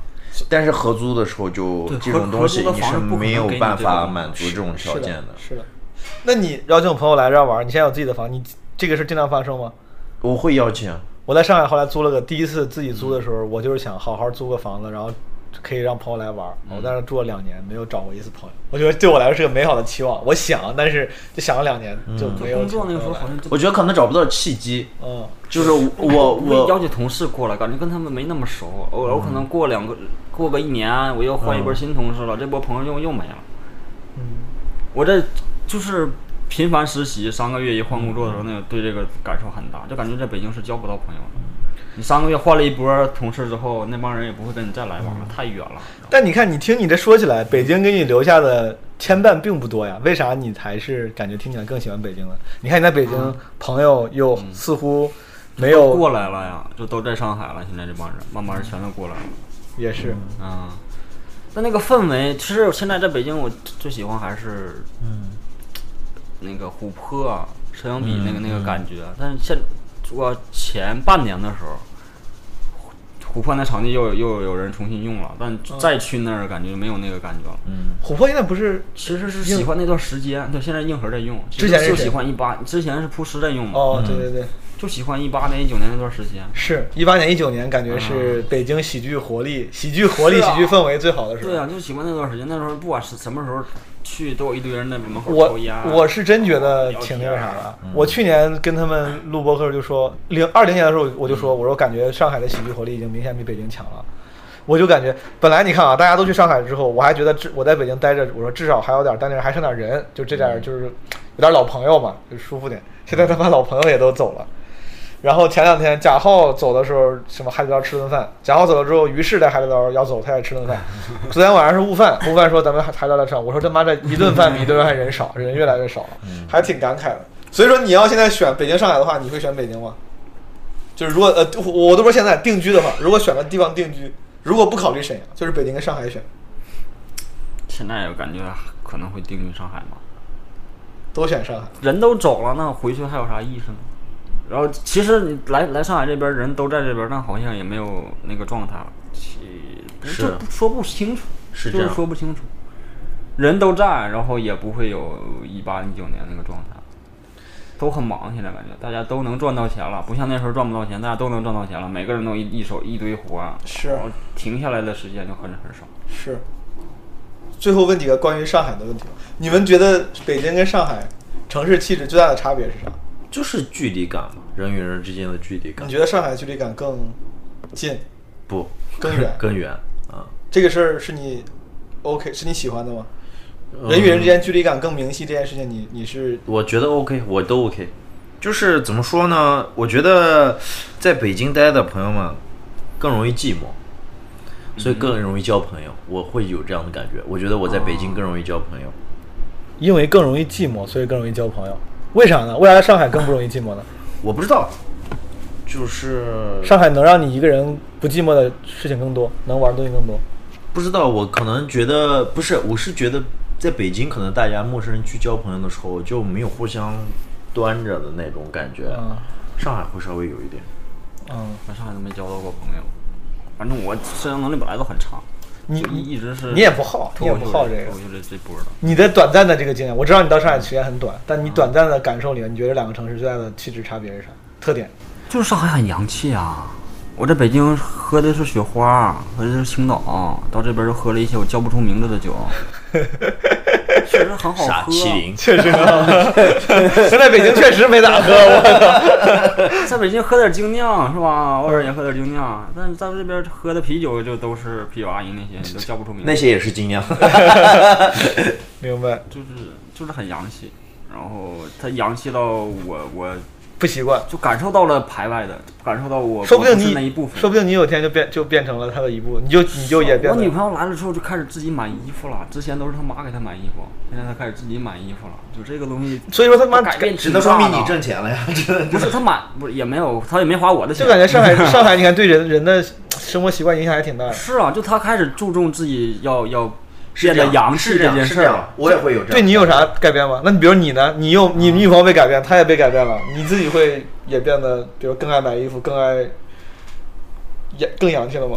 A: 但是合租的时候就
B: 嗯对
A: 这
B: 合
A: 种东西
B: 合租的
A: 你
B: 房
A: 是
B: 是不可能
A: 没有
B: 给你
A: 办
B: 这种
A: 法
B: 的
A: 满足这种条件的。
D: 是的。 那你邀请朋友来这儿玩，你现在有自己的房，你这个事儿经常发生吗？
A: 我会邀请，
D: 我在上海后来租了个，第一次自己租的时候，我就是想好好租个房子，然后可以让朋友来玩儿。我在那住了两年，没有找过一次朋友。我觉得对我来说是个美好的期望，我想，但是就想了两年就没有
B: 工
D: 找
B: 作
D: 朋
B: 那
D: 友
B: 个时
D: 来。
B: 候好像就
A: 我觉得可能找不到契机。
D: 嗯，
A: 就是我
B: 我邀
A: 我
B: 请同事过来，感觉跟他们没那么熟。我我可能过两个过个一年，啊我又换一波新同事了，这波朋友又又没了。我这就是频繁实习三个月一换工作的时候，那个对这个感受很大，就感觉在北京是交不到朋友的。你三个月换了一波同事之后，那帮人也不会跟你再来往了，太远了。
D: 但你看，你听你这说起来，北京给你留下的牵绊并不多呀。为啥你还是感觉听起来更喜欢北京呢？你看你在北京，朋友又似乎没有，
B: 嗯过来了呀，就都在上海了。现在这帮人慢慢全都过来了。
D: 也是。
B: 嗯，但那个氛围，其实我现在在北京，我最喜欢还是嗯，那个琥珀啊、
D: 嗯
B: 沈阳比那个、那个感觉。啊但是现我前半年的时候，琥琥珀那场地又又有人重新用了，但
D: 嗯
B: 再去那儿感觉没有那个感觉了。嗯，
D: 琥珀现在不是
B: 其实是喜欢那段时间，对，现在硬核在用，其
D: 之
B: 实
D: 前是
B: 就
D: 谁
B: 喜欢一八，之前是扑师在用嘛，
D: 哦，对对对。
B: 就喜欢一八年、一九年那段时间。
D: 是一八年、一九年，感觉是北京喜剧活力、喜剧活力、喜剧氛围最好的时候。
B: 啊对啊，就喜欢那段时间，那时候不管是什么时候去，都有一堆人在门口
D: 我
B: 抽烟啊。
D: 我是真觉得挺那个啥的。我去年跟他
E: 嗯
D: 们录播客就说，零二零年的时候我就说，我说感觉上海的喜剧活力已经明显比北京强了。我就感觉，本来你看啊，大家都去上海之后，我还觉得至我在北京待着，我说至少还有点儿，但是还剩点人，就这点
B: 嗯
D: 儿就是有点儿老朋友嘛，就舒服点。现在他妈老朋友也都走了。然后前两天贾浩走的时候，什么海底捞吃顿饭。贾浩走了之后，于是在海底捞要走，他也吃顿饭。昨天晚上是悟 饭， 悟饭说咱们海底捞来上，我说他妈这一顿饭比一顿饭人少，人越来越少了，还挺感慨的。所以说你要现在选北京、上海的话，你会选北京吗？就是如果呃，我我都说现在定居的话，如果选个地方定居，如果不考虑沈阳，就是北京跟上海选，
B: 现在我感觉可能会定居上海嘛，
D: 都选上海。
B: 人都走了，那回去还有啥意思呢？然后其实你来来上海这边，人都在这边，但好像也没有那个状态了，其不
A: 是
B: 这不说不清楚，
A: 是
B: 就
A: 这
B: 是
A: 样
B: 说不清楚。人都在，然后也不会有一八一九年那个状态，都很忙。现在感觉大家都能赚到钱了，不像那时候赚不到钱，大家都能赚到钱了，每个人都一一手一堆活儿，
D: 是
B: 然后停下来的时间就很很少。
D: 哦是。最后问几个关于上海的问题吧。你们觉得北京跟上海城市气质最大的差别是啥？
A: 就是距离感嘛，人与人之间的距离感
D: 你。觉得上海距离感更近、
A: 不，？
D: 更远
A: 更远啊。
D: 这个事儿是你 OK 是你喜欢的吗？嗯人与人之间距离感更明晰这件事情你，你是
A: 我觉得 OK，我都 OK，就是怎么说呢？我觉得在北京待的朋友们更容易寂寞，所以更容易交朋友。我会有这样的感觉。我觉得我在北京更容易交朋友。
D: 因为更容易寂寞，所以更容易交朋友。为啥呢？为啥上海更不容易寂寞呢？
A: 我不知道，就是
D: 上海能让你一个人不寂寞的事情更多，能玩的东西更多。
A: 不知道，我可能觉得不是，我是觉得在北京，可能大家陌生人去交朋友的时候就没有互相端着的那种感觉。
D: 嗯
A: 上海会稍微有一点。
D: 嗯，
B: 在上海都没交到过朋友。反正我社交能力本来都很差，
D: 你
B: 就一一直是
D: 你也不好
B: 脱口
D: 你也
B: 秀
D: 不好
B: 人
D: 这个
B: 脱口秀这这波的。
D: 你的短暂的这个经验，我知道你到上海时间很短，但
B: 嗯
D: 你短暂的感受里面，你觉得两个城市最大的气质差别是啥？特 点？
B: 就是上海很洋气啊！我在北京喝的是雪花，喝的是青岛，到这边就喝了一些我叫不出名字的酒，确实很好喝。啊
A: 傻麒麟，
D: 确实，在北京确实没咋 喝。我
B: 在北京喝点精酿是吧？偶尔也喝点精酿，但是在这边喝的啤酒就都是啤酒阿姨那些，你都叫不出名字。
A: 那些也是精 酿。
D: 明白，
B: 就是就是很洋气，然后它洋气到我我
D: 不习惯。
B: 就感受到了排外的，感受到我
D: 说不定
B: 是
D: 你
B: 那一部分。
D: 说不定你有天就变就变成了他的一部分，你就你就也变
B: 我女
D: 得
B: 朋友来了之后就开始自己买衣服了，之前都是她妈给她买衣服，现在她开始自己买衣服了，就这个东西
D: 所以说他妈
B: 改变
A: 只
B: 挺大
A: 能
B: 的，
A: 说明你挣钱了 呀，真的。
B: 不是她买不是也没有，她也没花我的钱，
D: 就感觉 上海上海，你看对人人的生活习惯影响还挺大的。
B: 是啊，就她开始注重自己要要
A: 是
B: 变
A: 这
B: 得
A: 样
B: 洋
A: 是
B: 气
A: 这样
B: 件
A: 是
B: 事
A: 这
B: 儿
A: 样
B: 了。
A: 我也会有这样。
D: 对你有啥改变吗？那你比如你呢？你有你女朋友被改变，她也被改变了，你自己会也变得，比如更爱买衣服，更爱也更洋气了吗？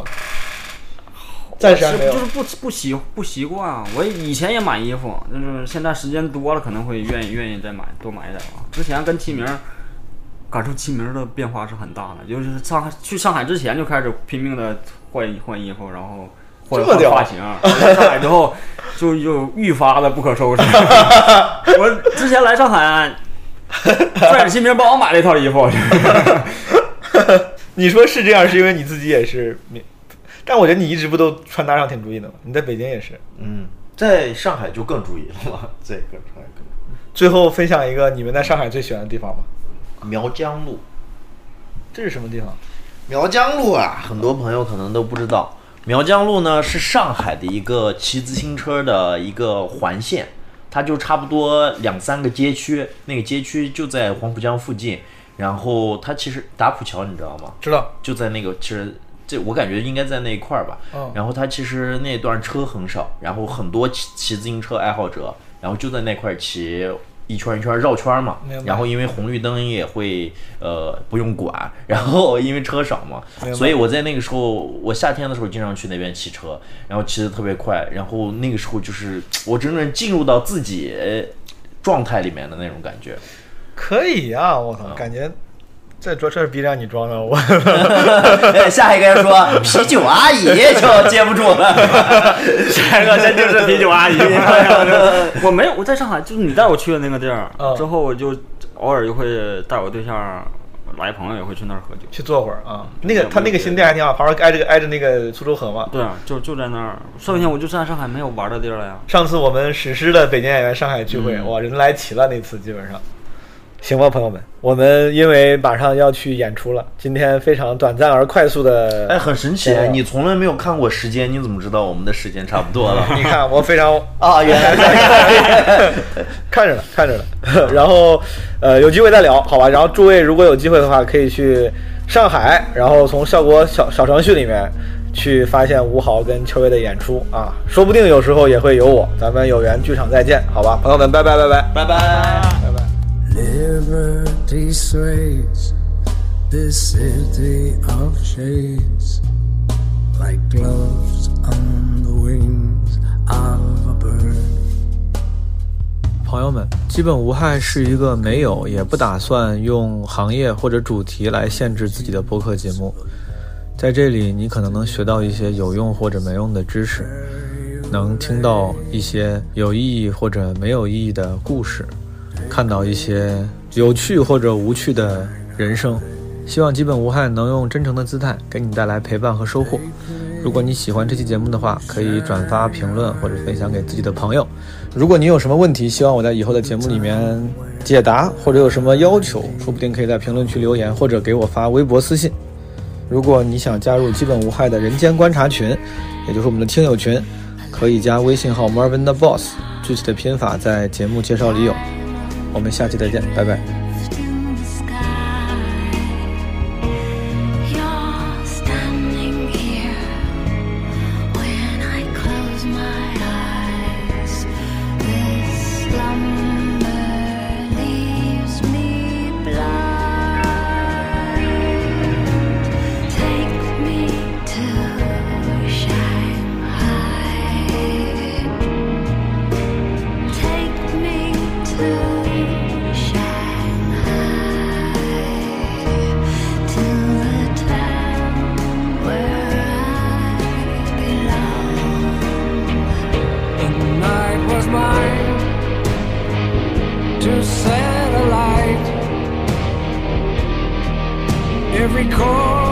D: 暂时还没有
B: 就是。不不习不习惯啊。我以前也买衣服，就是现在时间多了，可能会愿意愿意再买多买一点啊。之前跟齐明儿感受齐明儿的变化是很大的，就是上海去上海之前就开始拼命的换衣换衣服，然后换
D: 这么
B: 换
D: 屌
B: 发 型。来上海之后就就愈发的不可 收拾。我之前来上海，拽着齐明儿帮我买了一套衣服。
D: 你说是这样，是因为你自己也是没，但我觉得你一直不都穿搭上挺注意的吗？你在北京也是。
A: 嗯，在上海就更注意了嘛，这个上海更
D: 最后分享一个你们在上海最喜欢的地方吧。
A: 苗江路，
D: 这是什么地方？
A: 苗江路啊，很多朋友可能都不知道，苗江路呢是上海的一个骑自行车的一个环线，它就差不多两三个街区，那个街区就在黄浦江附近，然后它其实打浦桥你知道吗？
D: 知道。
A: 就在那个，其实这我感觉应该在那一块儿吧。
D: 嗯
A: 然后它其实那段车很少，然后很多骑骑自行车爱好者，然后就在那块儿骑一圈一圈绕圈儿嘛
D: 明白。
A: 然后因为红绿灯也会呃不用管， 然后因为车少嘛，所以我在那个时候，我夏天的时候经常去那边骑车，然后骑得特别快，然后那个时候就是我真正进入到自己。状态里面的那种感 觉，
D: 可以呀、我操，感觉这装这是逼让你装的，我
A: 哎下一个人说啤酒阿姨就接不住了，
B: 下一个真就是啤酒阿姨。 我没有，我在上海，就是你带我去的那个地儿，
D: 嗯
B: 之后我就偶尔就会带我对象来朋友也会去那儿喝酒。
D: 去坐会儿啊。那个他那个新店还挺好，旁边挨着挨着那个苏州河嘛。
B: 对啊，就就在那儿。说不定我就在上海没有玩的地儿了呀。
D: 上次我们实施了北京演员上海聚会，哇，人来齐了那次基本上。行吧，朋友们，我们因为马上要去演出了，今天非常短暂而快速的。
A: 哎，很神奇
D: 对，
A: 你从来没有看过时间，你怎么知道我们的时间差不多了？
D: 你看我非常
A: 啊，原来在
D: 看着呢，看着呢。然后，呃，有机会再聊，好吧？然后诸位如果有机会的话，可以去上海，然后从效果小小程序里面去发现吴豪跟秋薇的演出啊，说不定有时候也会有我。咱们有缘剧场再见，好吧？朋友们，拜拜，拜拜。
A: 拜拜。
D: 拜拜
K: Liberty sways this city of shades, like gloves on the wings of a bird.
L: 朋友们，基本无害是一个没有也不打算用行业或者主题来限制自己的播客节目，在这里你可能能学到一些有用或者没用的知识，能听到一些有意义或者没有意义的故事，看到一些有趣或者无趣的人生。希望基本无害能用真诚的姿态给你带来陪伴和收获。如果你喜欢这期节目的话，可以转发、评论或者分享给自己的朋友。如果你有什么问题，希望我在以后的节目里面解答或者有什么要求，说不定可以在评论区留言，或者给我发微博私信。如果你想加入基本无害的人间观察群，也就是我们的听友群，可以加微信号 Marvin the Boss，具体的拼法在节目介绍里有。我们下期再见，拜拜。
C: in the sky. You're standing here. When I close my eyes, this slumber leaves me blind. Take me to Shanghai. Take me to Shanghai, to the town where I belong.
K: The night was mine to set alight every chord